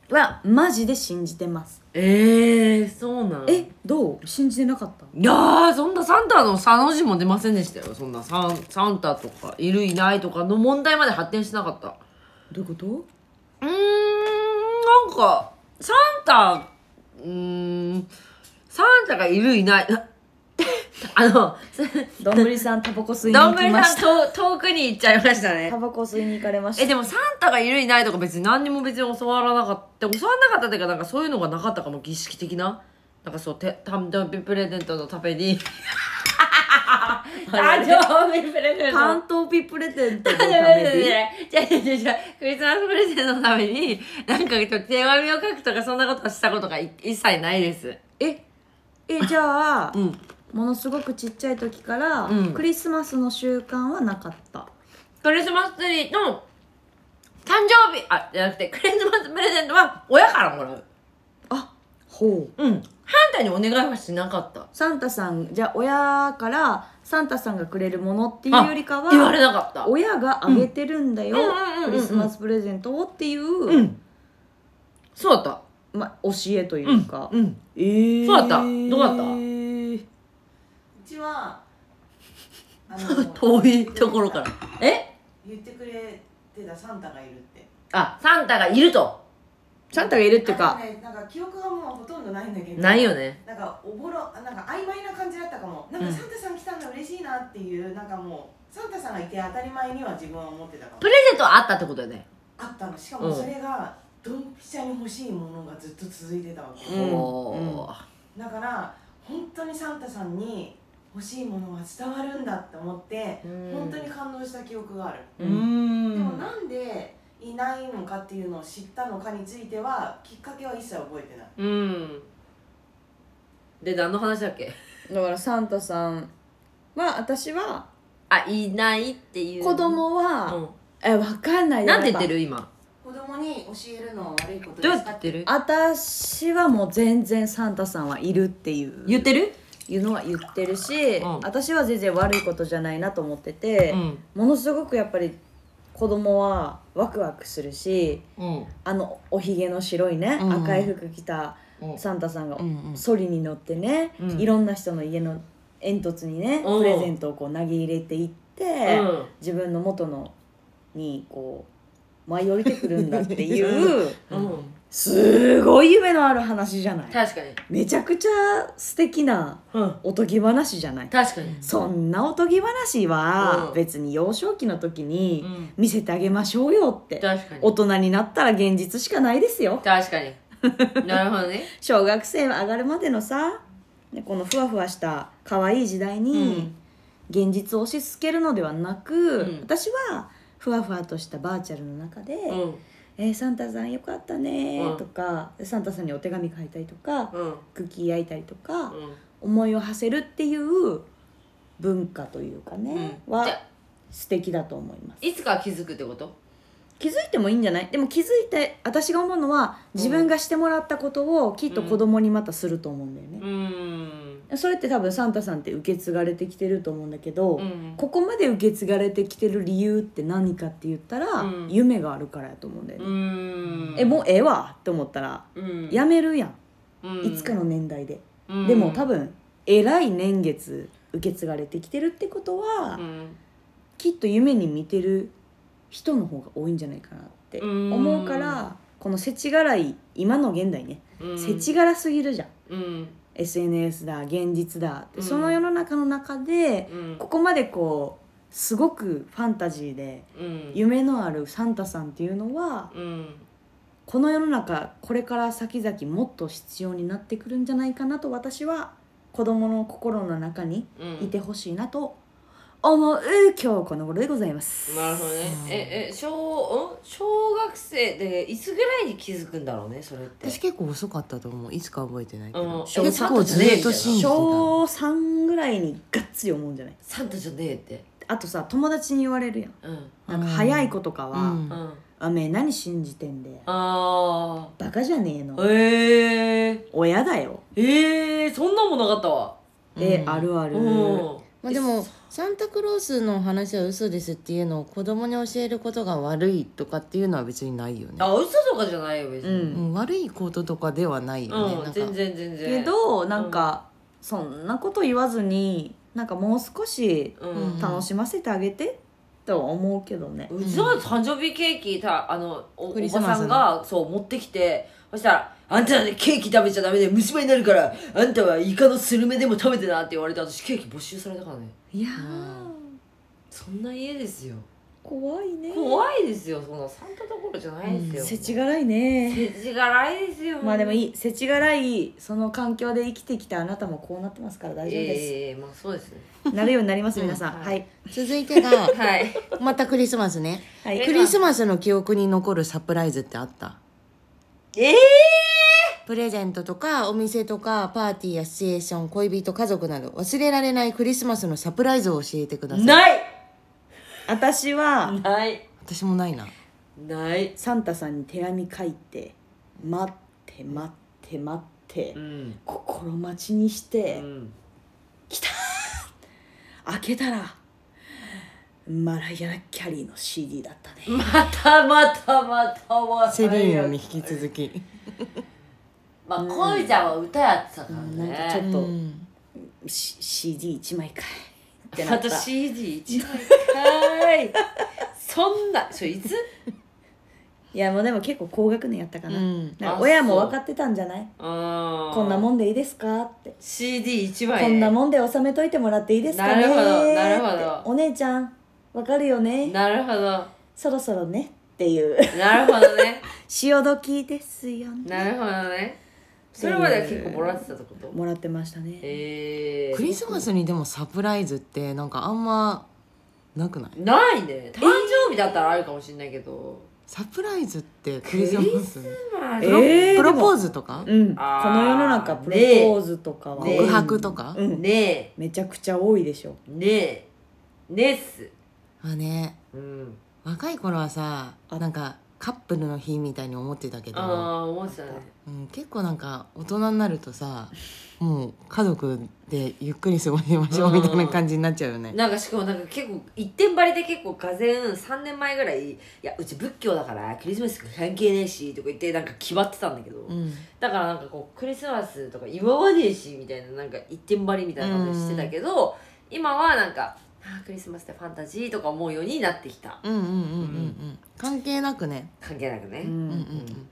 Speaker 2: はマジで信じてます、
Speaker 1: ええそうなの
Speaker 2: えどう信じてなかった
Speaker 1: いやーそんなサンタの「サ」の字も出ませんでしたよそんなサンサンタとかいるいないとかの問題まで発展しなかった
Speaker 2: どういうこと
Speaker 1: うーんなんかサンタうーんサンタがいるい ないあの
Speaker 2: どんぶりさんタバコ吸いに
Speaker 1: ど
Speaker 2: 行
Speaker 1: んぶ
Speaker 2: き
Speaker 1: り
Speaker 2: ま
Speaker 1: さん
Speaker 2: した
Speaker 1: と遠くに行っちゃいましたね
Speaker 2: タバコ吸いに行かれました
Speaker 1: えでもサンタがいるいないとか別に何にも別に教わらなかった教わらなかったっていうかなんかそういうのがなかったかも儀式的ななんかそうて誕生日プレゼントのため に 誕生日プレゼントの
Speaker 2: 担当ピプレゼントの
Speaker 1: じ
Speaker 2: た
Speaker 1: ゃ
Speaker 2: めに
Speaker 1: じゃじゃじゃじゃクリスマスプレゼントのためになんか手紙を書くとかそんなことはしたことがい一切ないです
Speaker 2: ええじゃあ、
Speaker 1: ん
Speaker 2: ものすごくちっちゃい時から、
Speaker 1: うん
Speaker 2: クリスマスの習慣はなかった
Speaker 1: クリスマスツリーの誕生日あじゃなくてクリスマスプレゼントは親からもらう
Speaker 2: あほう
Speaker 1: うん反対にお願いはしなかった
Speaker 2: サンタさんじゃあ親からサンタさんがくれるものっていうよりか
Speaker 1: 言われ
Speaker 2: は
Speaker 1: なかった
Speaker 2: 親があげてるんだよ、
Speaker 1: うんうんうんうんうん
Speaker 2: クリスマスプレゼントをっていう、
Speaker 1: うんそうだった
Speaker 2: ま、教えというか、
Speaker 1: うん
Speaker 2: えー
Speaker 1: そうだったどうだった
Speaker 4: ちはあ
Speaker 1: 遠いところからえ
Speaker 4: 言ってくれてたサンタがいるって
Speaker 1: あサンタがいると
Speaker 2: サンタがいるっていう
Speaker 4: あ
Speaker 2: か
Speaker 4: でもねなんか記憶がもうほとんどないんだけど
Speaker 1: ないよね
Speaker 4: なんかおぼろあなんか曖昧な感じだったかもなん
Speaker 1: う
Speaker 4: か
Speaker 1: ん
Speaker 4: サンタさん来たんだ嬉しいなっていうなんかもうサンタさんがいて当たり前には自分は思ってたかも
Speaker 1: プレゼントはあったってことだよね
Speaker 4: あったのしか
Speaker 1: う
Speaker 4: も
Speaker 1: ん
Speaker 4: それがドンピシャに欲しいものがずっと続いてたわけ、
Speaker 2: うん
Speaker 1: おー
Speaker 4: だから本当にサンタさんに欲しいものは伝わるんだって思って
Speaker 1: うん
Speaker 4: 本当に感動した記憶がある
Speaker 1: うー
Speaker 4: で
Speaker 1: ん
Speaker 4: もなんでいないのかっていうのを知ったのかについてはきっかけは一切覚えてない
Speaker 1: うんで何の話だっけ
Speaker 2: だからサンタさんは私は
Speaker 1: あいないっていう
Speaker 2: 子供は、えわかん
Speaker 1: う
Speaker 2: ない
Speaker 1: ん、
Speaker 2: よ
Speaker 1: なんて言って
Speaker 2: やっ
Speaker 1: る今
Speaker 4: 子供に教えるのは悪いこと
Speaker 1: どうや
Speaker 4: で
Speaker 1: って
Speaker 4: すか
Speaker 1: 言ってる
Speaker 2: ぱ私はもう全然サンタさんはいるっていう
Speaker 1: 言ってる
Speaker 2: いうのは言ってるし、
Speaker 1: うん
Speaker 2: 私は全然悪いことじゃないなと思ってて、
Speaker 1: ん
Speaker 2: ものすごくやっぱり子供はワクワクするし
Speaker 1: うん
Speaker 2: あのおひげの白いね、
Speaker 3: うん
Speaker 2: 赤い服着たサンタさんが
Speaker 3: うんうん
Speaker 2: ソリに乗ってね、
Speaker 1: うん
Speaker 2: いろんな人の家の煙突にね
Speaker 1: うん
Speaker 2: プレゼントをこう投げ入れていって、
Speaker 1: うん
Speaker 2: 自分の元のにこう舞い降りてくるんだっていう
Speaker 1: うん、
Speaker 2: すごい夢のある話じゃない
Speaker 1: 確かに、
Speaker 2: めちゃくちゃ素敵な
Speaker 1: うん、
Speaker 2: おとぎ話じゃない
Speaker 1: 確かに、
Speaker 2: そんなおとぎ話は
Speaker 1: うん
Speaker 2: 別に幼少期の時に
Speaker 1: うん、
Speaker 2: 見せてあげましょうよって
Speaker 1: 確かに
Speaker 2: 大人になったら現実しかないですよ
Speaker 1: 確 かになるほどね
Speaker 2: 小学生上がるまでのさねこのふわふわした可愛い時代に現実を押し付けるのではなく、
Speaker 1: うん
Speaker 2: 私はふわふわとしたバーチャルの中で「
Speaker 1: うん
Speaker 2: えーサンタさんよかった
Speaker 1: うん」
Speaker 2: ねとか、サンタさんにお手紙書いたりとか、
Speaker 1: うん
Speaker 2: クッキー焼いたりとか、
Speaker 1: うん
Speaker 2: 思いを馳せるっていう文化というかね、
Speaker 1: うん
Speaker 2: は
Speaker 1: じゃあ
Speaker 2: 素敵だと思います
Speaker 1: いつかは気づくってこと
Speaker 2: 気づいてもいいんじゃないでも気づいて私が思うのは自分がしてもらったことをきっと子供にまたすると思うんだよね、
Speaker 1: うん
Speaker 2: それって多分サンタさんって受け継がれてきてると思うんだけど、
Speaker 1: うん
Speaker 2: ここまで受け継がれてきてる理由って何かって言ったら、
Speaker 1: うん
Speaker 2: 夢があるからやと思うんだよ
Speaker 1: う
Speaker 2: ね、
Speaker 1: ん
Speaker 2: えもうええわって思ったら
Speaker 1: うん
Speaker 2: やめるやん、
Speaker 1: うん
Speaker 2: いつかの年代で、
Speaker 1: うん
Speaker 2: でも多分偉い年月受け継がれてきてるってことは、
Speaker 1: うん
Speaker 2: きっと夢に見てる人の方が多いんじゃないかなって思うからこの世知辛い今の現代ね
Speaker 1: うん
Speaker 2: 世知辛すぎるじゃん
Speaker 1: うん
Speaker 2: SNS だ現実だって
Speaker 1: うん
Speaker 2: その世の中の中で
Speaker 1: うん
Speaker 2: ここまでこうすごくファンタジーで
Speaker 1: うん
Speaker 2: 夢のあるサンタさんっていうのは
Speaker 1: うん
Speaker 2: この世の中これから先々もっと必要になってくるんじゃないかなと私は子供の心の中に
Speaker 1: うん
Speaker 2: いてほしいなと思う今日この頃でございます。
Speaker 1: なるほどねええ小うん小学生でいつぐらいに気づくんだろうねそれって
Speaker 3: 私結構遅かったと思ういつか覚えてないけ
Speaker 1: うん
Speaker 3: ど
Speaker 1: え
Speaker 3: 結構ずっと信じてた
Speaker 2: 小3ぐらいにがっつり思うんじゃない
Speaker 1: サンタじゃねえって
Speaker 2: あとさ友達に言われるやん
Speaker 1: うん
Speaker 2: なんか早い子とかは「
Speaker 3: うん
Speaker 1: うん
Speaker 2: あめえ何信じてんで
Speaker 1: あ
Speaker 2: バカじゃねえの
Speaker 1: あええ
Speaker 2: 親だよ
Speaker 1: ええそんなもんなかったわ」
Speaker 2: え、
Speaker 3: うん
Speaker 2: あるある
Speaker 1: うん
Speaker 3: まあ、でもサンタクロースの話は嘘ですっていうのを子供に教えることが悪いとかっていうのは別にないよね、
Speaker 1: あ嘘とかじゃないよ別
Speaker 2: う
Speaker 3: うん
Speaker 1: に
Speaker 3: ん、悪いこととかではないよね、
Speaker 1: う
Speaker 3: なんんか
Speaker 1: 全然全然
Speaker 2: けどなんか、そんなこと言わずになんかもう少し
Speaker 1: うん
Speaker 2: 楽しませてあげてとは思うけどね、
Speaker 1: うちの誕生日ケーキたあのおお
Speaker 3: ク
Speaker 1: ば
Speaker 3: リスマスの
Speaker 1: さんがそう持ってきてそしたら「あんたなんてケーキ食べちゃダメで虫歯になるからあんたはイカのスルメでも食べてな」って言われて私ケーキ没収されたからね
Speaker 2: いやー、
Speaker 1: そんな家ですよ
Speaker 2: 怖いね
Speaker 1: 怖いですよそのサンタどころじゃないです
Speaker 2: 世
Speaker 1: よ
Speaker 2: 知辛いね
Speaker 1: 世知辛いですよ
Speaker 2: まあでも
Speaker 1: い
Speaker 2: いい世知辛いその環境で生きてきたあなたもこうなってますから大丈夫です、
Speaker 1: ええまあそうですね
Speaker 2: なるようになります皆さん、
Speaker 1: うん
Speaker 2: はい
Speaker 3: 続いてが
Speaker 1: はい
Speaker 3: またクリスマスね
Speaker 2: はい、
Speaker 1: え
Speaker 3: クリスマスの記憶に残るサプライズってあった
Speaker 1: ええ
Speaker 3: プレゼントとかお店とかパーティーやシチュエーション恋人家族など忘れられないクリスマスのサプライズを教えてください
Speaker 1: ない
Speaker 2: 私は
Speaker 1: ない
Speaker 3: 私もないな
Speaker 1: ない
Speaker 2: サンタさんに手紙書いて待って待って待って、
Speaker 1: うん
Speaker 2: 心待ちにして、
Speaker 1: うん
Speaker 2: 開けたらマライア・キャリーの CD だったね、
Speaker 1: またまたまたまた
Speaker 3: セリーヌに引き続き、
Speaker 1: まあこいちゃんは歌やってたから
Speaker 2: うんなんかちょ
Speaker 1: ね
Speaker 2: っ
Speaker 3: う
Speaker 2: と、
Speaker 3: ん、
Speaker 2: CD1 枚かいってなった
Speaker 1: 私 CD1 枚かーいそんなそれいつ
Speaker 2: いやもうでも結構高学年やったか
Speaker 3: う
Speaker 2: な,、
Speaker 3: ん、
Speaker 2: なん
Speaker 1: あ
Speaker 2: か親も
Speaker 1: そう
Speaker 2: 分かってたんじゃない
Speaker 1: こ
Speaker 2: こんなもんでいいですかって、
Speaker 1: CD1 枚
Speaker 2: こんなんもんで収めといてもらっていいですかね
Speaker 1: なるほどなるほど
Speaker 2: ってお姉ちゃん分かるよね
Speaker 1: なるほど
Speaker 2: そろそろねっていう
Speaker 1: なるほどね
Speaker 2: 潮時ですよね
Speaker 1: なるほどねそれまでは結構もらってたってこと
Speaker 2: もらってましたね
Speaker 1: え
Speaker 3: クリスマスにでもサプライズってなんかあんまなくない
Speaker 1: ー、ないね誕生日だったらあるかもしれないけど、
Speaker 3: サプライズってクリスマス
Speaker 1: まあ
Speaker 2: え
Speaker 3: プロ,、
Speaker 2: ー
Speaker 3: プロポーズとか、
Speaker 2: うん、こ
Speaker 1: あー
Speaker 2: の世の中プロポーズとかは、
Speaker 1: ね
Speaker 3: 告白とか、
Speaker 2: うん
Speaker 1: ねえ
Speaker 2: めちゃくちゃ多いでしょ
Speaker 1: ねえねえっす
Speaker 3: まあね
Speaker 1: うん
Speaker 3: 若い頃はさ
Speaker 2: あ
Speaker 3: なんかカップルの日みたいに思ってたけ
Speaker 1: あ
Speaker 3: ど、
Speaker 1: あ思ってたね
Speaker 3: うん、結構なんか大人になるとさもう家族でゆっくり過ごしましょうみたいな感じになっちゃうよね
Speaker 1: なんかしかもなんか結構一点張りで結構がぜん3年前ぐらい「いやうち仏教だからクリスマス関係ねえし」とか言ってなんか決まってたんだけど、
Speaker 3: うん
Speaker 1: だからなんかこうクリスマスとか今までしみたいななんか一点張りみたいなことしてたけど、今はなんかあークリスマスってファンタジーとか思うようになってきた
Speaker 3: うんうんうんうんうん関係なくね
Speaker 1: 関係なくね、
Speaker 3: うんうん
Speaker 2: ん
Speaker 3: うん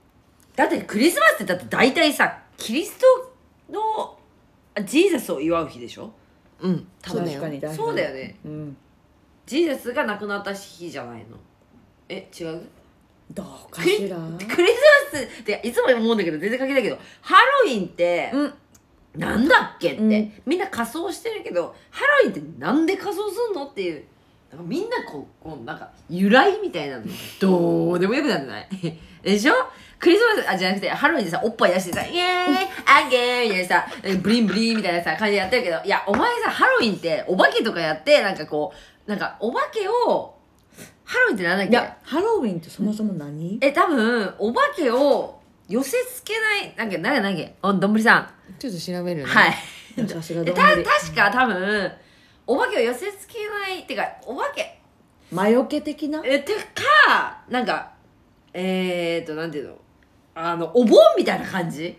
Speaker 1: だってクリスマスってだって大体さキリストのあジーザスを祝う日でしょ
Speaker 3: うん
Speaker 1: 多分
Speaker 3: そうだ
Speaker 2: 確
Speaker 3: よ
Speaker 2: かに確かに
Speaker 1: そうだよね
Speaker 2: うん
Speaker 1: ジーザスが亡くなった日じゃないのえ違う
Speaker 2: どうかしら
Speaker 1: クリスマスっていつも思うんだけど全然関係ないけどハロウィンって
Speaker 2: うん
Speaker 1: なんだっけって、
Speaker 2: うん
Speaker 1: みんな仮装してるけどハロウィンってなんで仮装すんのっていうなんかみんなこうこうなんか由来みたいなのどうでもよくなってない でしょクリスマスあじゃなくてハロウィンでさおっぱい出してさ「イエーイあげー」みたいなさブリンブリンみたいなさ感じでやってるけどいやお前さハロウィンってお化けとかやってなんかこうなんかお化けをハロウィンってなんだっ
Speaker 2: い
Speaker 1: け
Speaker 2: やハロウィンってそもそも何
Speaker 1: え多分お化けを寄せ付けないなんかなんかなんかおどんぶりさん、
Speaker 3: ちょっと調べる ね
Speaker 1: はい
Speaker 2: いやさすが
Speaker 1: え
Speaker 2: どん
Speaker 1: た
Speaker 2: ぶり
Speaker 1: 確か多分お化けを寄せ付けないってかお化け
Speaker 2: 魔除け的な
Speaker 1: えてかなんかえー、っとなんていうのあのお盆みたいな感じ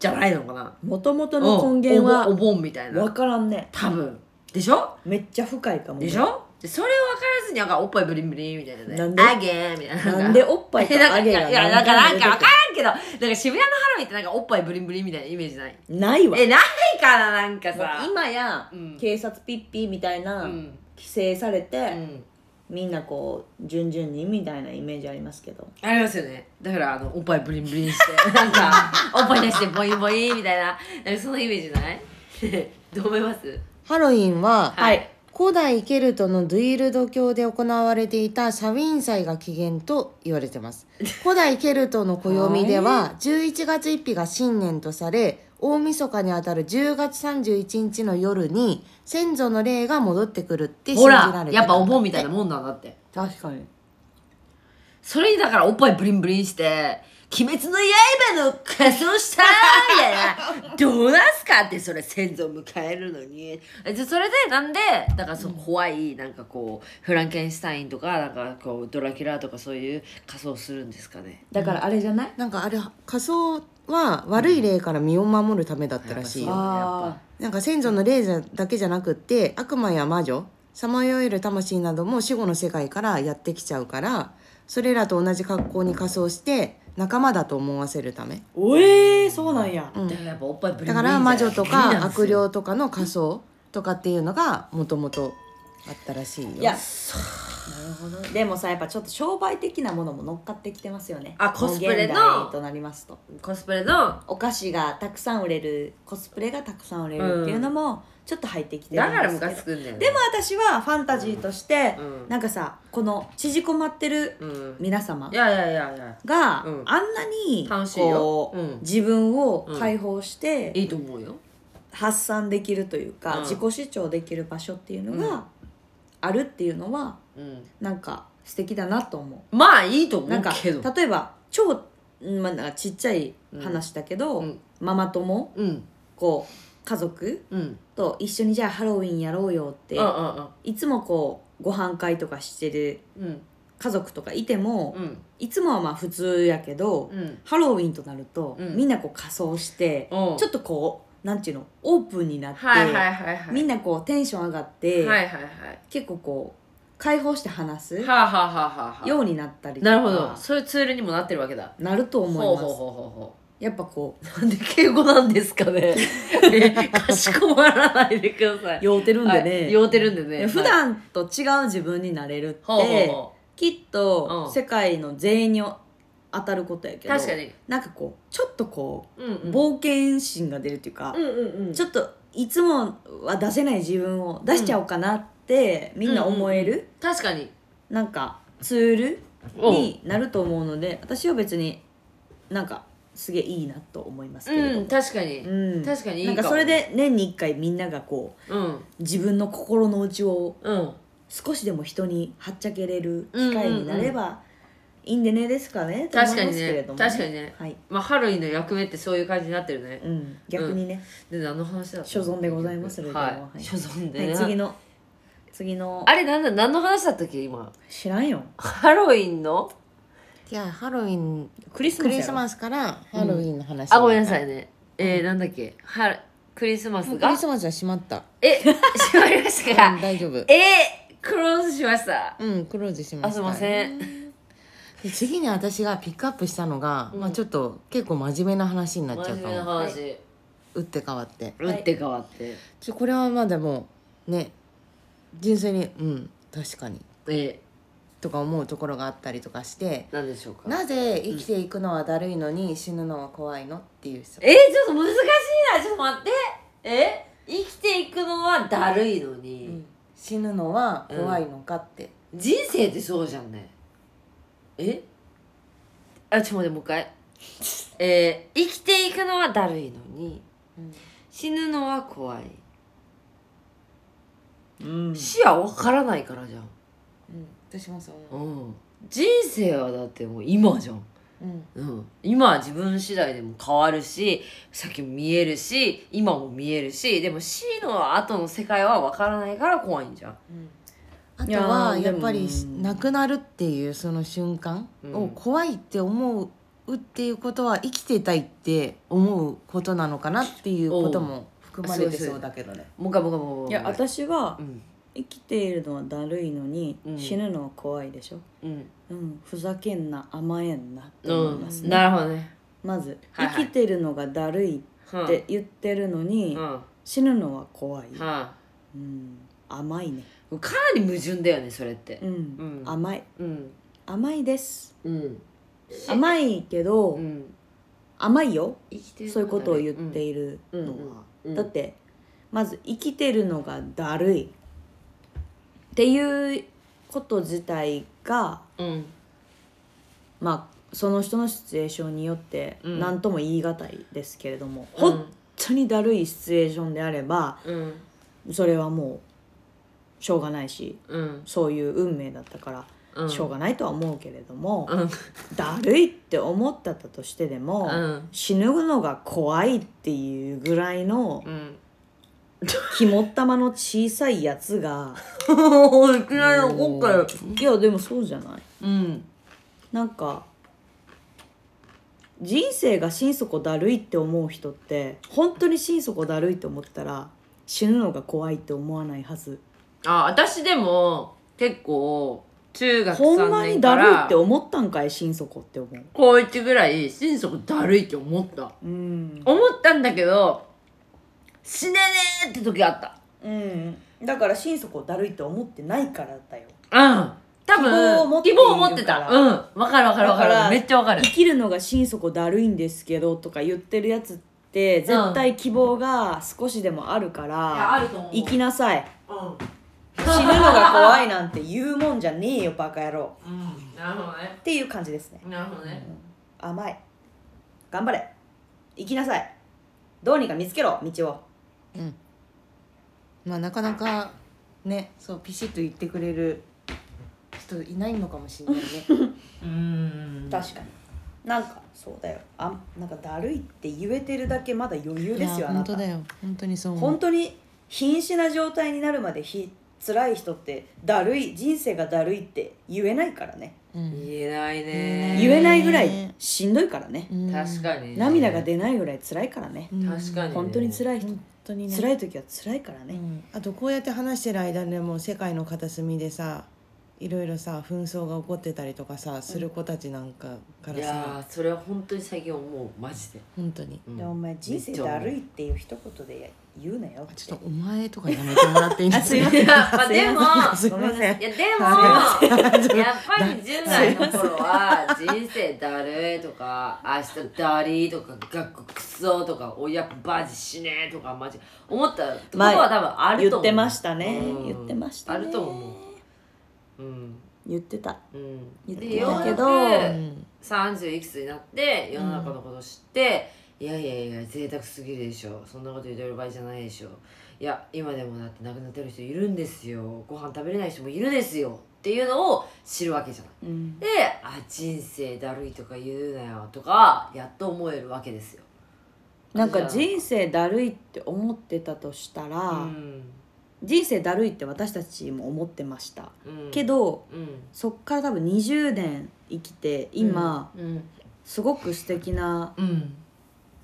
Speaker 1: じゃないのかな
Speaker 2: もともとの根源
Speaker 1: うんお
Speaker 2: は
Speaker 1: 盆お盆みたい
Speaker 2: 分
Speaker 1: な
Speaker 2: からんね
Speaker 1: 多分でしょ
Speaker 2: めっちゃ深いかもね
Speaker 1: でしょでそれを分からずになんかおっぱいブリンブリンみたいなね
Speaker 2: なんで
Speaker 1: あげーみたいな
Speaker 2: なんでおっぱいと
Speaker 1: なんか
Speaker 2: あ
Speaker 1: い
Speaker 2: げ
Speaker 1: や
Speaker 2: が
Speaker 1: いやなんかなんかわからん
Speaker 2: ん
Speaker 1: けどなんか渋谷のハロウィンってなんかおっぱいブリンブリンみたいなイメージない
Speaker 2: ないわ
Speaker 1: えないかななんか
Speaker 2: もう
Speaker 1: さ
Speaker 2: 今や、
Speaker 1: うん
Speaker 2: 警察ピッピーみたいな、
Speaker 1: うん
Speaker 2: 規制されて、
Speaker 1: うん
Speaker 2: みんなこう順々にみたいなイメージありますけど
Speaker 1: ありますよねだからあのおっぱいブリンブリンしてなんかおっぱい出してボインボインみたいななんかそのイメージない どう思います
Speaker 3: ハロウィンは
Speaker 1: はい
Speaker 3: 古代ケルトのドゥイルド教で行われていたサウィーン祭が起源と言われてます古代ケルトの暦では11月1日が新年とされ大晦日にあたる10月31日の夜に先祖の霊が戻ってくるって信じ
Speaker 1: ほ
Speaker 3: られてたん
Speaker 1: ら
Speaker 3: だて
Speaker 1: やっぱお盆みたいなもんなんだって
Speaker 2: 確かに
Speaker 1: それにだからおっぱいブリンブリンして「鬼滅の刃の仮装した!」みたい な「どうなんすか?」ってそれ先祖迎えるのにえじゃそれでなんでだからその怖いなんかこうフランケンシュタインとかなんかこうドラキュラとかそういう仮装するんですかね
Speaker 2: だからあれじゃない、
Speaker 3: なんかあれ仮装は悪い霊から身を守るためだったらしいよ、
Speaker 1: やっぱそう
Speaker 2: あ
Speaker 3: なんか先祖の霊だけじゃなくって悪魔や魔女さまよえる魂なども死後の世界からやってきちゃうからそれらと同じ格好に仮装して仲間だと思わせるため
Speaker 2: おえー、そうなんや、
Speaker 3: うん
Speaker 1: だからやっぱおっぱいブリンブリン
Speaker 3: だから魔女と
Speaker 1: じゃ
Speaker 3: か
Speaker 1: ない
Speaker 3: 悪霊とかの仮装とかっていうのがもともとあったらしいよ
Speaker 2: いやなるほどでもさやっぱちょっと商売的なものも乗っかってきてますよね
Speaker 1: あコスプレの
Speaker 2: もう現代となりますと
Speaker 1: コスプレの
Speaker 2: お菓子がたくさん売れるコスプレがたくさん売れるっていうのもちょっと入ってきてる
Speaker 1: だ
Speaker 2: ん
Speaker 1: から
Speaker 2: です
Speaker 1: ム
Speaker 2: けど
Speaker 1: カつくんだよね
Speaker 2: でも私はファンタジーとして、
Speaker 1: うん
Speaker 2: なんかさこの縮こまってる
Speaker 1: うん
Speaker 2: 皆様
Speaker 1: いやいやいやいや
Speaker 2: が、
Speaker 1: うん
Speaker 2: あんなに
Speaker 1: 楽しいよ
Speaker 2: こう、
Speaker 1: うん
Speaker 2: 自分を解放して、
Speaker 1: いいと思うよ
Speaker 2: 発散できるというか、
Speaker 1: うん
Speaker 2: 自己主張できる場所っていうの
Speaker 1: うん
Speaker 2: があるっていうのは
Speaker 1: うん
Speaker 2: なんか素敵だなと思
Speaker 1: まあいいと思
Speaker 2: う。なん
Speaker 1: う
Speaker 2: か
Speaker 1: けど
Speaker 2: 例えば超、まあ、なんかちっちゃい話だけど、
Speaker 1: うん
Speaker 2: ママ友
Speaker 1: うん
Speaker 2: こう家族
Speaker 1: うんうん
Speaker 2: と一緒にじゃあハロウィンやろうよって、
Speaker 1: うん
Speaker 2: いつもこうご飯会とかしてる
Speaker 1: うん
Speaker 2: 家族とかいても、
Speaker 1: うん
Speaker 2: いつもはまあ普通やけど、
Speaker 1: うん
Speaker 2: ハロウィンとなると、
Speaker 1: うん
Speaker 2: みんなこう仮装して、
Speaker 1: うん
Speaker 2: ちょっとこうなんていうのオープンになって、
Speaker 1: はいはいはいはい
Speaker 2: みんなこうテンション上がって、
Speaker 1: はいはいはい
Speaker 2: 結構こう解放して話す
Speaker 1: はあ、はあはあはあはあ、
Speaker 2: ようになったりとか
Speaker 1: なるほどそういうツールにもなってるわけだ
Speaker 2: なると思い
Speaker 1: ほう
Speaker 2: ます
Speaker 1: ほうほうほうほ
Speaker 2: やっぱこう
Speaker 1: うなんで敬語なんですかね えかしこまらないでください
Speaker 2: 酔うてるんで
Speaker 1: はい
Speaker 2: ね、
Speaker 1: 酔うてるんでね
Speaker 2: で普段と違う自分になれるって、
Speaker 1: はいほうほうほ
Speaker 2: きっ
Speaker 1: う
Speaker 2: と
Speaker 1: ん
Speaker 2: 世界の全員に当たることやけ
Speaker 1: う
Speaker 2: ど
Speaker 1: 確かに
Speaker 2: なんかこうちょっとこ
Speaker 1: うん
Speaker 2: う、
Speaker 1: うん
Speaker 2: 冒険心が出るっていうか、
Speaker 1: うんうんうん
Speaker 2: ちょっといつもは出せない自分を出しちゃおうかなって、みんな思える、
Speaker 1: うんうんうん確かに
Speaker 2: なんかツールになると思うので私は別になんかすげえいいなと思いますけれど
Speaker 1: うん
Speaker 2: も、
Speaker 1: 確かに、
Speaker 2: うん
Speaker 1: 確かにいい
Speaker 2: なんか
Speaker 1: も
Speaker 2: それで年に1回みんながこう
Speaker 1: うん
Speaker 2: 自分の心の内を
Speaker 1: うん
Speaker 2: 少しでも人にはっちゃけれる機会になればいいんでねですかねと思
Speaker 1: 確か
Speaker 2: いま
Speaker 1: に
Speaker 2: すけれ
Speaker 1: ね
Speaker 2: ども
Speaker 1: 確かにね、
Speaker 2: はい
Speaker 1: まあ、ハロウィンの役目ってそういう感じになってるね
Speaker 2: うん、逆にね、
Speaker 1: で何の話だった
Speaker 2: 所存でございます
Speaker 1: は
Speaker 2: レ
Speaker 1: い、
Speaker 2: ディオははい
Speaker 1: 所存で
Speaker 2: は
Speaker 1: ね、
Speaker 2: い、次の次の
Speaker 1: あれなんだ何の話だったっけ今
Speaker 2: 知らんよ
Speaker 1: ハロウィンの
Speaker 3: いやハロウィン
Speaker 2: クリス
Speaker 3: ク
Speaker 2: マス
Speaker 3: リ
Speaker 2: や
Speaker 3: ス
Speaker 2: ろ
Speaker 3: マスからハロウィンの話、
Speaker 1: あごめんなさ
Speaker 3: い
Speaker 1: いねえー、なんだっけはクリスマス
Speaker 3: クリ
Speaker 1: が
Speaker 3: スマスは閉まった、
Speaker 1: え閉まりました
Speaker 3: う
Speaker 1: か
Speaker 3: ん大丈夫
Speaker 1: えー、クローズしました
Speaker 3: うんクローズしま
Speaker 1: あ
Speaker 3: し
Speaker 1: す
Speaker 3: た
Speaker 1: いません
Speaker 3: で次に私がピックアップしたのが、
Speaker 1: うん
Speaker 3: まあ、ちょっと結構真面目な話になっち
Speaker 1: 真
Speaker 3: ゃう
Speaker 1: 面
Speaker 3: か
Speaker 1: 目な
Speaker 3: も
Speaker 1: 話、
Speaker 3: 打って変わって
Speaker 1: 打って変わって、
Speaker 3: ちょこれはまだもうね純粋にうん確かに
Speaker 1: え
Speaker 3: とか思うところがあったりとかして
Speaker 1: ー、何でしょうか
Speaker 3: なぜ生きていくのはだるいのに死ぬのは怖いのっていう人
Speaker 1: えー、ちょっと難しいなちょっと待ってえ生きていくのはだるいのに、
Speaker 3: 死ぬのは怖いのかって、
Speaker 1: 人生ってそうじゃんねえあちょっと待ってもう一 回えー、生きていくのはだるいのに、
Speaker 3: うん
Speaker 1: 死ぬのは怖い
Speaker 2: うん
Speaker 1: 死は分からないからじゃん、
Speaker 3: 私もそう思
Speaker 1: うん、人生はだってもう今じゃん
Speaker 3: う、うん、
Speaker 1: うん、今は自分次第でも変わるし先も見えるし今も見えるしでも死の後の世界は分からないから怖いんじゃん
Speaker 3: あとはい
Speaker 2: や
Speaker 3: や
Speaker 2: ー
Speaker 3: っぱり
Speaker 2: でも
Speaker 3: 亡くなるっていうその瞬間
Speaker 1: う
Speaker 3: を
Speaker 1: ん
Speaker 3: 怖いって思うっていうことは生きてたいって思うことなのかなっていうことも含
Speaker 2: 生
Speaker 3: ま
Speaker 2: ま
Speaker 3: れ
Speaker 2: れ
Speaker 3: て
Speaker 2: て
Speaker 3: そ
Speaker 2: そうう
Speaker 3: だ
Speaker 2: だけどね
Speaker 1: もう一回もう一回もう
Speaker 2: い
Speaker 1: 一
Speaker 2: や
Speaker 1: 回
Speaker 2: 私は
Speaker 1: うん
Speaker 2: 生きているのはだるいのに、
Speaker 1: うん
Speaker 2: 死ぬのは怖いでしょ、
Speaker 1: うん
Speaker 2: うん、ふざけんな甘えんなって
Speaker 1: う
Speaker 2: 思います
Speaker 1: ん、
Speaker 2: ね、
Speaker 1: なるほどね
Speaker 2: まず
Speaker 1: はいはい
Speaker 2: 生きてるのがだるい
Speaker 1: は
Speaker 2: って言ってるのに、
Speaker 1: あは
Speaker 2: 死ぬのは怖い、
Speaker 1: あ
Speaker 2: うん、甘いね、
Speaker 1: かなり矛盾だよねそれって
Speaker 2: うん
Speaker 1: うん
Speaker 2: 甘い
Speaker 1: うん
Speaker 2: 甘いです
Speaker 1: うん
Speaker 2: 甘いけど、
Speaker 1: うん
Speaker 2: 甘いよ
Speaker 1: 生きて
Speaker 2: そういうことを言って
Speaker 1: い
Speaker 2: いるのは、
Speaker 1: うん
Speaker 2: だってまず生きてるのがだるいっていうこと自体が
Speaker 1: うん
Speaker 2: まあその人のシチュエーションによって
Speaker 1: うん
Speaker 2: 何とも言い難いですけれども、
Speaker 1: うん
Speaker 2: 本当にだるいシチュエーションであれば
Speaker 1: うん
Speaker 2: それはもうしょうがないし
Speaker 1: うん
Speaker 2: そういう運命だったから
Speaker 1: うん
Speaker 2: しょうがないとは思うけれども、
Speaker 1: うん
Speaker 2: だるいって思ったとしてでも、
Speaker 1: うん
Speaker 2: 死ぬのが怖いっていうぐらいの
Speaker 1: うん
Speaker 2: 肝っ玉の小さいやつが
Speaker 1: いきなり怒ったよ
Speaker 2: いやでもそうじゃない
Speaker 1: うん
Speaker 2: なんか人生が心底だるいって思う人って本当に心底だるいって思ったら死ぬのが怖いって思わないはず
Speaker 1: あ私でも結構中学
Speaker 2: ほん
Speaker 1: 3
Speaker 2: まに
Speaker 1: 年
Speaker 2: だ
Speaker 1: か
Speaker 2: るいって
Speaker 1: ら
Speaker 2: 思ったんかい心底って思う
Speaker 1: 高1ぐらい心底だるいって思った
Speaker 2: うん、
Speaker 1: 思ったんだけど死ねねえって時あった
Speaker 2: うん、だから心底だるいって思ってないからだよ
Speaker 1: うん多分
Speaker 2: 希望を持ってい
Speaker 1: 希
Speaker 2: る
Speaker 1: 望を持ってた
Speaker 2: から
Speaker 1: うんわかるわかるわか
Speaker 2: だから
Speaker 1: るめっちゃわかる
Speaker 2: 生きるのが心底だるいんですけどとか言ってるやつって絶対希望が少しでもあるから、
Speaker 1: ると思
Speaker 2: 生きなさい
Speaker 1: うん
Speaker 2: 死ぬのが怖いなんて言うもんじゃねえよバカ野郎
Speaker 1: うんなるほどね
Speaker 2: っていう感じですね
Speaker 1: なるほどね
Speaker 2: 甘い頑張れ生きなさいどうにか見つけろ道を
Speaker 3: まあなかなかねそうピシッと言ってくれる人いないのかもしれないね
Speaker 1: うん
Speaker 2: 確かになんかそうだよあんなんかだるいって言えてるだけまだ余裕です
Speaker 3: いや
Speaker 2: よあな
Speaker 3: 本
Speaker 2: た
Speaker 3: 当だよ本当にそう思う
Speaker 2: 本当に瀕死な状態になるまでひ辛い人ってだるい人生がだるいって言えないからね
Speaker 3: うん
Speaker 1: 言えない
Speaker 3: え
Speaker 1: ね
Speaker 3: ー
Speaker 2: 言えないぐらいしんどいからね
Speaker 3: うん
Speaker 1: 確かにね
Speaker 2: 涙が出ないぐらい辛いからね
Speaker 3: うん
Speaker 1: 確かに
Speaker 2: 本当に辛い人
Speaker 3: 本当にね
Speaker 2: 辛い時は辛いから
Speaker 3: う
Speaker 2: ね
Speaker 3: んあとこうやって話してる間でもう世界の片隅でさいろいろさ紛争が起こってたりとかさする子たちなんかか
Speaker 1: い
Speaker 3: らさ、
Speaker 1: やーそれは本当に最近思うマジで
Speaker 3: 本当に
Speaker 1: うん
Speaker 2: でお前人生だるいっていう一言で言うなよって
Speaker 3: ちょっとお前とかやめてもらっていい ですか
Speaker 1: いやまあでも
Speaker 3: すいません
Speaker 1: いやで
Speaker 3: すい
Speaker 1: もやっぱり10代の頃は人生だるいとか明日だりーとか学校クソとか親バジ死ねーとかマジ思ったことは多分あると思う
Speaker 2: 言ってましたね
Speaker 1: うん
Speaker 2: 言ってました
Speaker 1: あ
Speaker 2: ね
Speaker 1: ると思ううん
Speaker 2: 言ってた
Speaker 1: うん
Speaker 2: 言って
Speaker 1: でよ
Speaker 2: たけど
Speaker 1: う
Speaker 3: う
Speaker 1: やく
Speaker 3: ん
Speaker 1: 30いくつになって世の中のことを知って、いやいやいや贅沢すぎるでしょそんなこと言ってる場合じゃないでしょいや今でもだって亡くなってる人いるんですよご飯食べれない人もいるですよっていうのを知るわけじゃない
Speaker 2: うん
Speaker 1: であ人生だるいとか言うなよとかやっと思えるわけですよ
Speaker 2: なんか人生だるいって思ってたとしたら、
Speaker 1: うん
Speaker 2: 人生だるいって私たちも思ってました、
Speaker 1: うん
Speaker 2: けど
Speaker 1: うん
Speaker 2: そっから多分20年生きて今、
Speaker 1: うん
Speaker 2: すごく素敵な
Speaker 1: うん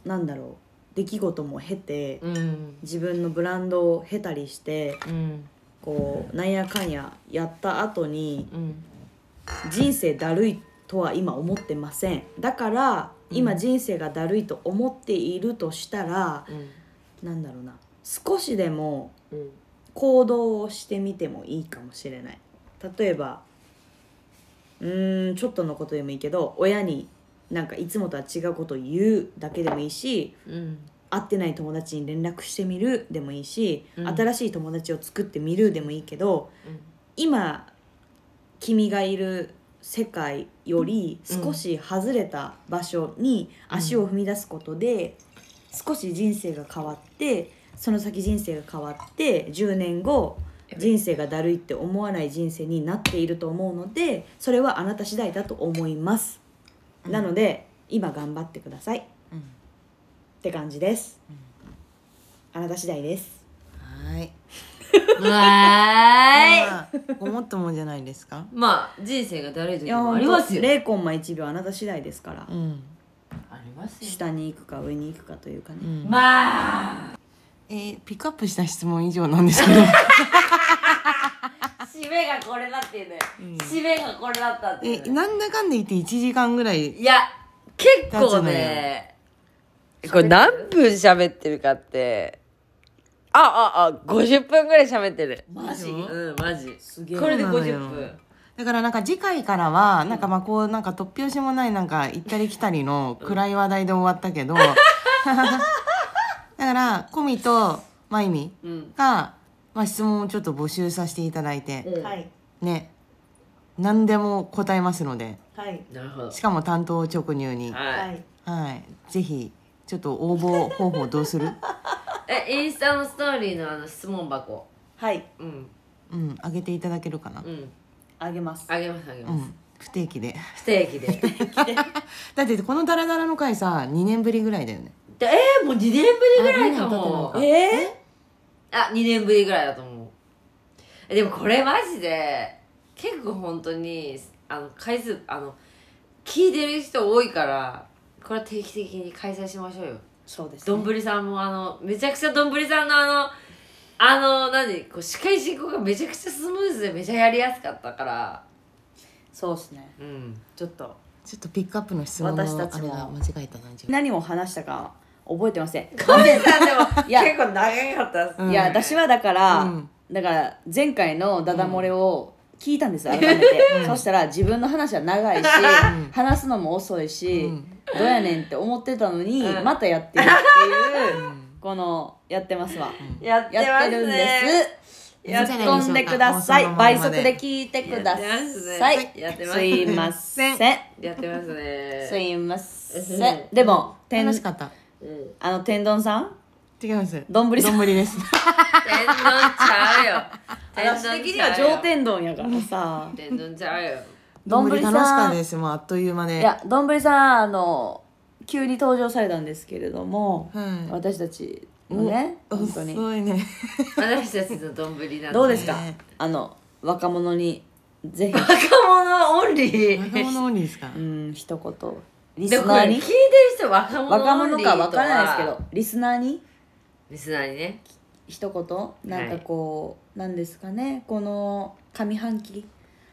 Speaker 2: なんだろう出来事も経て、
Speaker 1: うん
Speaker 2: 自分のブランドを経たりして
Speaker 1: うん
Speaker 2: こうなんやかんややった後に
Speaker 1: うん
Speaker 2: 人生だるいとは今思ってませんだから今
Speaker 1: うん
Speaker 2: 人生がだるいと思っているとしたら、
Speaker 1: うん
Speaker 2: なんだろうな少しでも
Speaker 1: うん
Speaker 2: 行動をしてみてもいいかもしれない例えばうーんちょっとのことでもいいけど親になんかいつもとは違うことを言うだけでもいいし
Speaker 1: うん
Speaker 2: 会ってない友達に連絡してみるでもいいし、
Speaker 1: うん
Speaker 2: 新しい友達を作ってみるでもいいけど
Speaker 1: うん
Speaker 2: 今君がいる世界より少し外れた場所に足を踏み出すことで、少し人生が変わってその先人生が変わって10年後人生がだるいって思わない人生になっていると思うのでそれはあなた次第だと思います、なので今頑張ってくださいって感じです、あなた次第です
Speaker 3: はい
Speaker 1: はーい
Speaker 3: いごもっともじゃないですか
Speaker 1: まあ人生がだるい時もありますよ
Speaker 2: 0コンマ1秒あなた次第ですから、
Speaker 3: うん
Speaker 1: ありますよ
Speaker 2: 下に行くか上に行くかというかね、
Speaker 3: うん
Speaker 1: まあ
Speaker 3: えーピックアップした質問以上なんですけど
Speaker 1: 締めがこれだっていうのよ締めがこれだったって
Speaker 3: え
Speaker 1: いうのよ
Speaker 3: なんだかんだ言って1時間ぐらい
Speaker 1: いや結構ねこれ何分喋ってるかってあああ50分ぐらい喋ってるマ
Speaker 3: ジ
Speaker 1: うんマジ
Speaker 2: すげえ
Speaker 1: これで
Speaker 3: そうなのよ
Speaker 1: 50分
Speaker 3: だからなんか次回からはなんかまあこうなんか突拍子もないなんか行ったり来たり の暗い話題で終わったけ どだからコミとマイミ
Speaker 1: うん
Speaker 3: が、まあ、質問をちょっと募集させていただいて、
Speaker 1: うん
Speaker 2: はい
Speaker 3: ね何でも答えますので
Speaker 2: はい
Speaker 1: なるほど
Speaker 3: しかも担当直入に、
Speaker 1: はい
Speaker 2: い
Speaker 3: はい、ぜひちょっと応募方法どう する
Speaker 1: えインスタのストーリーのあの質問箱
Speaker 2: はい
Speaker 1: うん
Speaker 3: うん上げていただけるかな、
Speaker 1: うん
Speaker 2: あげます
Speaker 1: あげますあげ
Speaker 3: う
Speaker 1: ます
Speaker 3: ん、不定期で
Speaker 1: 不定期で
Speaker 3: だってこのダラダラの回さ2年ぶりぐらいだよね
Speaker 1: でえー、もう2年ぶりぐらいかも
Speaker 3: あ二
Speaker 2: え
Speaker 1: あ2年ぶりぐらいだと思うえでもこれマジで結構本当にあの回数あの聞いてる人多いからこれは定期的に開催しましょうよ
Speaker 2: そうです、
Speaker 1: どんぶりさんもあのめちゃくちゃどんぶりさんのあのあの何こう司会進行がめちゃくちゃスムーズでめちゃやりやすかったから
Speaker 2: そうですね
Speaker 1: うん
Speaker 2: ちょっと
Speaker 3: ちょっとピックアップの質問のあれ
Speaker 2: 私
Speaker 3: が
Speaker 2: たちも
Speaker 3: 間違えたな自分
Speaker 2: 何を話したか覚えてません、
Speaker 1: カメさんで も
Speaker 2: いや
Speaker 1: 結構長かったっす
Speaker 3: うん
Speaker 2: いや私はだから、
Speaker 3: うん
Speaker 2: だから前回のダダ漏れを聞いたんです改めて、そしたら自分の話は長いし、話すのも遅いし、
Speaker 3: うん
Speaker 2: どうやねんって思ってたのに、
Speaker 1: うん
Speaker 2: またやってるっていう、
Speaker 3: ん
Speaker 2: このやってますわ、
Speaker 1: やってますね
Speaker 2: やってるんですや
Speaker 3: やっ
Speaker 2: って
Speaker 3: るんです
Speaker 2: 込んでください
Speaker 3: 放送のままで
Speaker 2: 倍速で聞いてください
Speaker 1: やってますすね
Speaker 2: いません
Speaker 1: やってますね
Speaker 2: すいませんでも天
Speaker 3: 楽しかった
Speaker 1: うん
Speaker 2: あの天丼さん
Speaker 3: 違います
Speaker 2: 丼ぶりさん
Speaker 3: 丼です
Speaker 1: 天丼ちゃう よ天丼
Speaker 2: 私
Speaker 1: ちゃうよ
Speaker 2: 的には上天丼やからさ
Speaker 1: 天丼ちゃうよ
Speaker 2: 丼
Speaker 3: 楽
Speaker 2: ぶ
Speaker 3: し
Speaker 2: りさん
Speaker 3: かったですもうあっという間で
Speaker 2: いや丼ぶりさんあの急に登場されたんですけれども、
Speaker 3: はい
Speaker 2: 私たちのね本当に
Speaker 3: 遅い ね
Speaker 1: 私たちの丼なんで
Speaker 2: どうですか
Speaker 3: ね
Speaker 2: あの若者にぜひ
Speaker 1: 若者オンリー
Speaker 3: 若者オンリーですか
Speaker 2: うん一言リ
Speaker 1: で
Speaker 2: ス
Speaker 1: もこれ
Speaker 2: ナー
Speaker 1: 聞い
Speaker 2: に
Speaker 1: てる人若者
Speaker 2: 若
Speaker 1: オン
Speaker 2: 者
Speaker 1: リー
Speaker 2: か
Speaker 1: と
Speaker 2: わからないですけどリスナーに
Speaker 1: リスナーにね
Speaker 2: 一言なんかこう、なんですかねこの上半期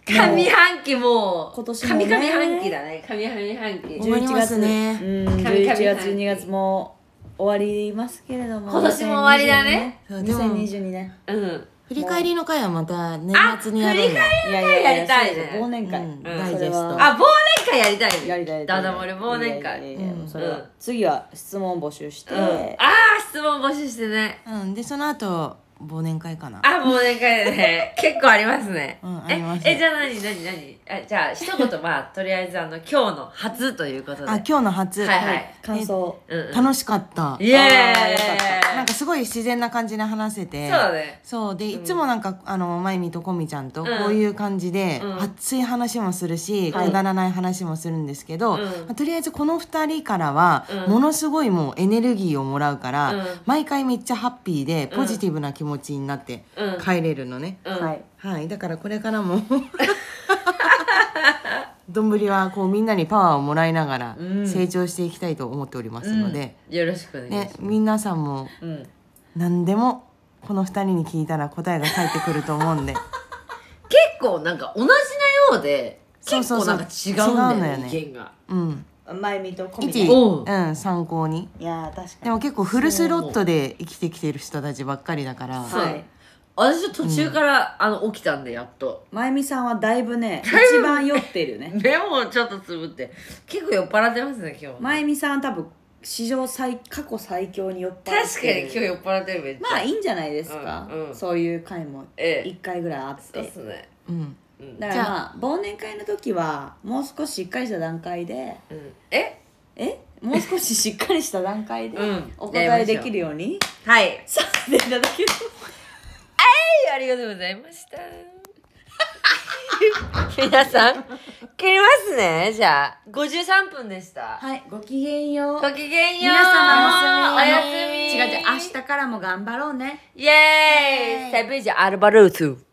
Speaker 1: 上半期もう
Speaker 2: 今年もね
Speaker 1: 上上半期だね上上半期
Speaker 3: 終わりますね
Speaker 2: う
Speaker 1: 上
Speaker 2: ん11
Speaker 1: 上半
Speaker 2: 月
Speaker 1: 期
Speaker 2: 12月も終わりますけれども
Speaker 1: 今年も終わりだね
Speaker 3: そうでも
Speaker 2: 2022年
Speaker 1: うん
Speaker 3: 振り返りの回はまた年末にやるんで
Speaker 2: いやいやいや
Speaker 1: やりたいね
Speaker 2: そうそう忘年会、
Speaker 3: うん
Speaker 2: それは
Speaker 3: ダイジェスト
Speaker 1: あ忘年会やりたいね
Speaker 2: やりたい
Speaker 1: ダダ漏れ忘年
Speaker 2: いや
Speaker 1: 会
Speaker 2: いやいや
Speaker 3: うん
Speaker 2: それは、
Speaker 1: うん
Speaker 2: 次は質問募集して、
Speaker 1: うんああ質問募集してね
Speaker 3: うん、でその後忘年会かな
Speaker 1: あ、忘年会で ね、結構ありますね。
Speaker 3: うんあ
Speaker 1: え
Speaker 3: りますね
Speaker 1: え、じゃあ何、何、何え、じゃあ、一言、まあ、とりあえず、あの、今日の初ということで。
Speaker 3: あ今日の初、
Speaker 1: はいはい。
Speaker 2: 感想
Speaker 1: うんうん、
Speaker 3: 楽しかった
Speaker 1: イエーイ
Speaker 2: あーよかった
Speaker 3: なんかすごい自然な感じで話せて
Speaker 1: そうだね。
Speaker 3: そうで
Speaker 1: うん
Speaker 3: いつもなんか、あのまゆみとこみちゃんと
Speaker 1: ん
Speaker 3: こういう感じで、
Speaker 1: うん
Speaker 3: 熱い話もするし、
Speaker 1: はい
Speaker 3: くだらない話もするんですけど、
Speaker 1: うん
Speaker 3: まあとりあえずこの2人からは、
Speaker 1: うん
Speaker 3: ものすごいもうエネルギーをもらうから、
Speaker 1: うん
Speaker 3: 毎回めっちゃハッピーで
Speaker 1: うん
Speaker 3: ポジティブな気持ちになって
Speaker 1: うん
Speaker 3: 帰れるのね、
Speaker 1: うん。
Speaker 2: はい
Speaker 3: はいだからこれからも どんぶりはこうみんなにパワーをもらいながら
Speaker 1: うん
Speaker 3: 成長していきたいと思っております
Speaker 1: うん
Speaker 3: ので、
Speaker 1: よろしくお願いしま
Speaker 3: ね
Speaker 1: す。
Speaker 3: 皆さんも
Speaker 1: うん。
Speaker 3: 何でもこの2人に聞いたら答えが返ってくると思うんで
Speaker 1: 結構、なんか、同じなようで、
Speaker 3: そう
Speaker 1: 結
Speaker 3: そう
Speaker 1: 構
Speaker 3: そ
Speaker 1: な
Speaker 3: うん
Speaker 1: か違うんだよ
Speaker 3: 違うのよ
Speaker 1: ね
Speaker 3: ね、
Speaker 1: 意見が。
Speaker 3: うん
Speaker 2: まゆみとコミ
Speaker 3: 一
Speaker 2: で
Speaker 1: おう
Speaker 3: うん参考に
Speaker 2: いやー確
Speaker 3: で
Speaker 2: か
Speaker 3: も
Speaker 2: に
Speaker 3: 結構フルスロットで生きてきてる人たちばっかりだから
Speaker 1: そう
Speaker 2: はい
Speaker 1: 私、途中から、あの、起きたんで、やっと。
Speaker 2: まゆみさんはだいぶ ね
Speaker 1: だいぶ
Speaker 2: 一番酔ってるね
Speaker 1: 目もちょっとつぶって。結構酔っ払ってますね、今日。
Speaker 2: まゆみさんは多分史上最過去最強に酔っ払ってる
Speaker 1: 確かに今日酔っ払ってる、めっちゃ。
Speaker 2: まあいいんじゃないですか、
Speaker 1: うんうん
Speaker 2: そういう回も
Speaker 1: ええ
Speaker 2: 1回ぐらいあって、
Speaker 1: そうっすね。
Speaker 3: うん
Speaker 1: うん
Speaker 2: だからまあ忘年会の時はもう少ししっかりした段階で
Speaker 1: うんえ
Speaker 2: えもう少ししっかりした段階で
Speaker 1: うん
Speaker 2: お答えできるように
Speaker 1: はい。はい、
Speaker 2: させていただける
Speaker 1: ありがとうございました。 皆さん、切りますね。じゃあ、53分でした。
Speaker 2: はいごきげんよう
Speaker 1: ごきげんよう。
Speaker 2: 皆様お
Speaker 1: お
Speaker 2: や
Speaker 1: や
Speaker 2: す
Speaker 1: す
Speaker 2: み
Speaker 1: み。
Speaker 2: 違う違う明日からも頑張ろうね
Speaker 1: イェーイ。サビージャアルバルート。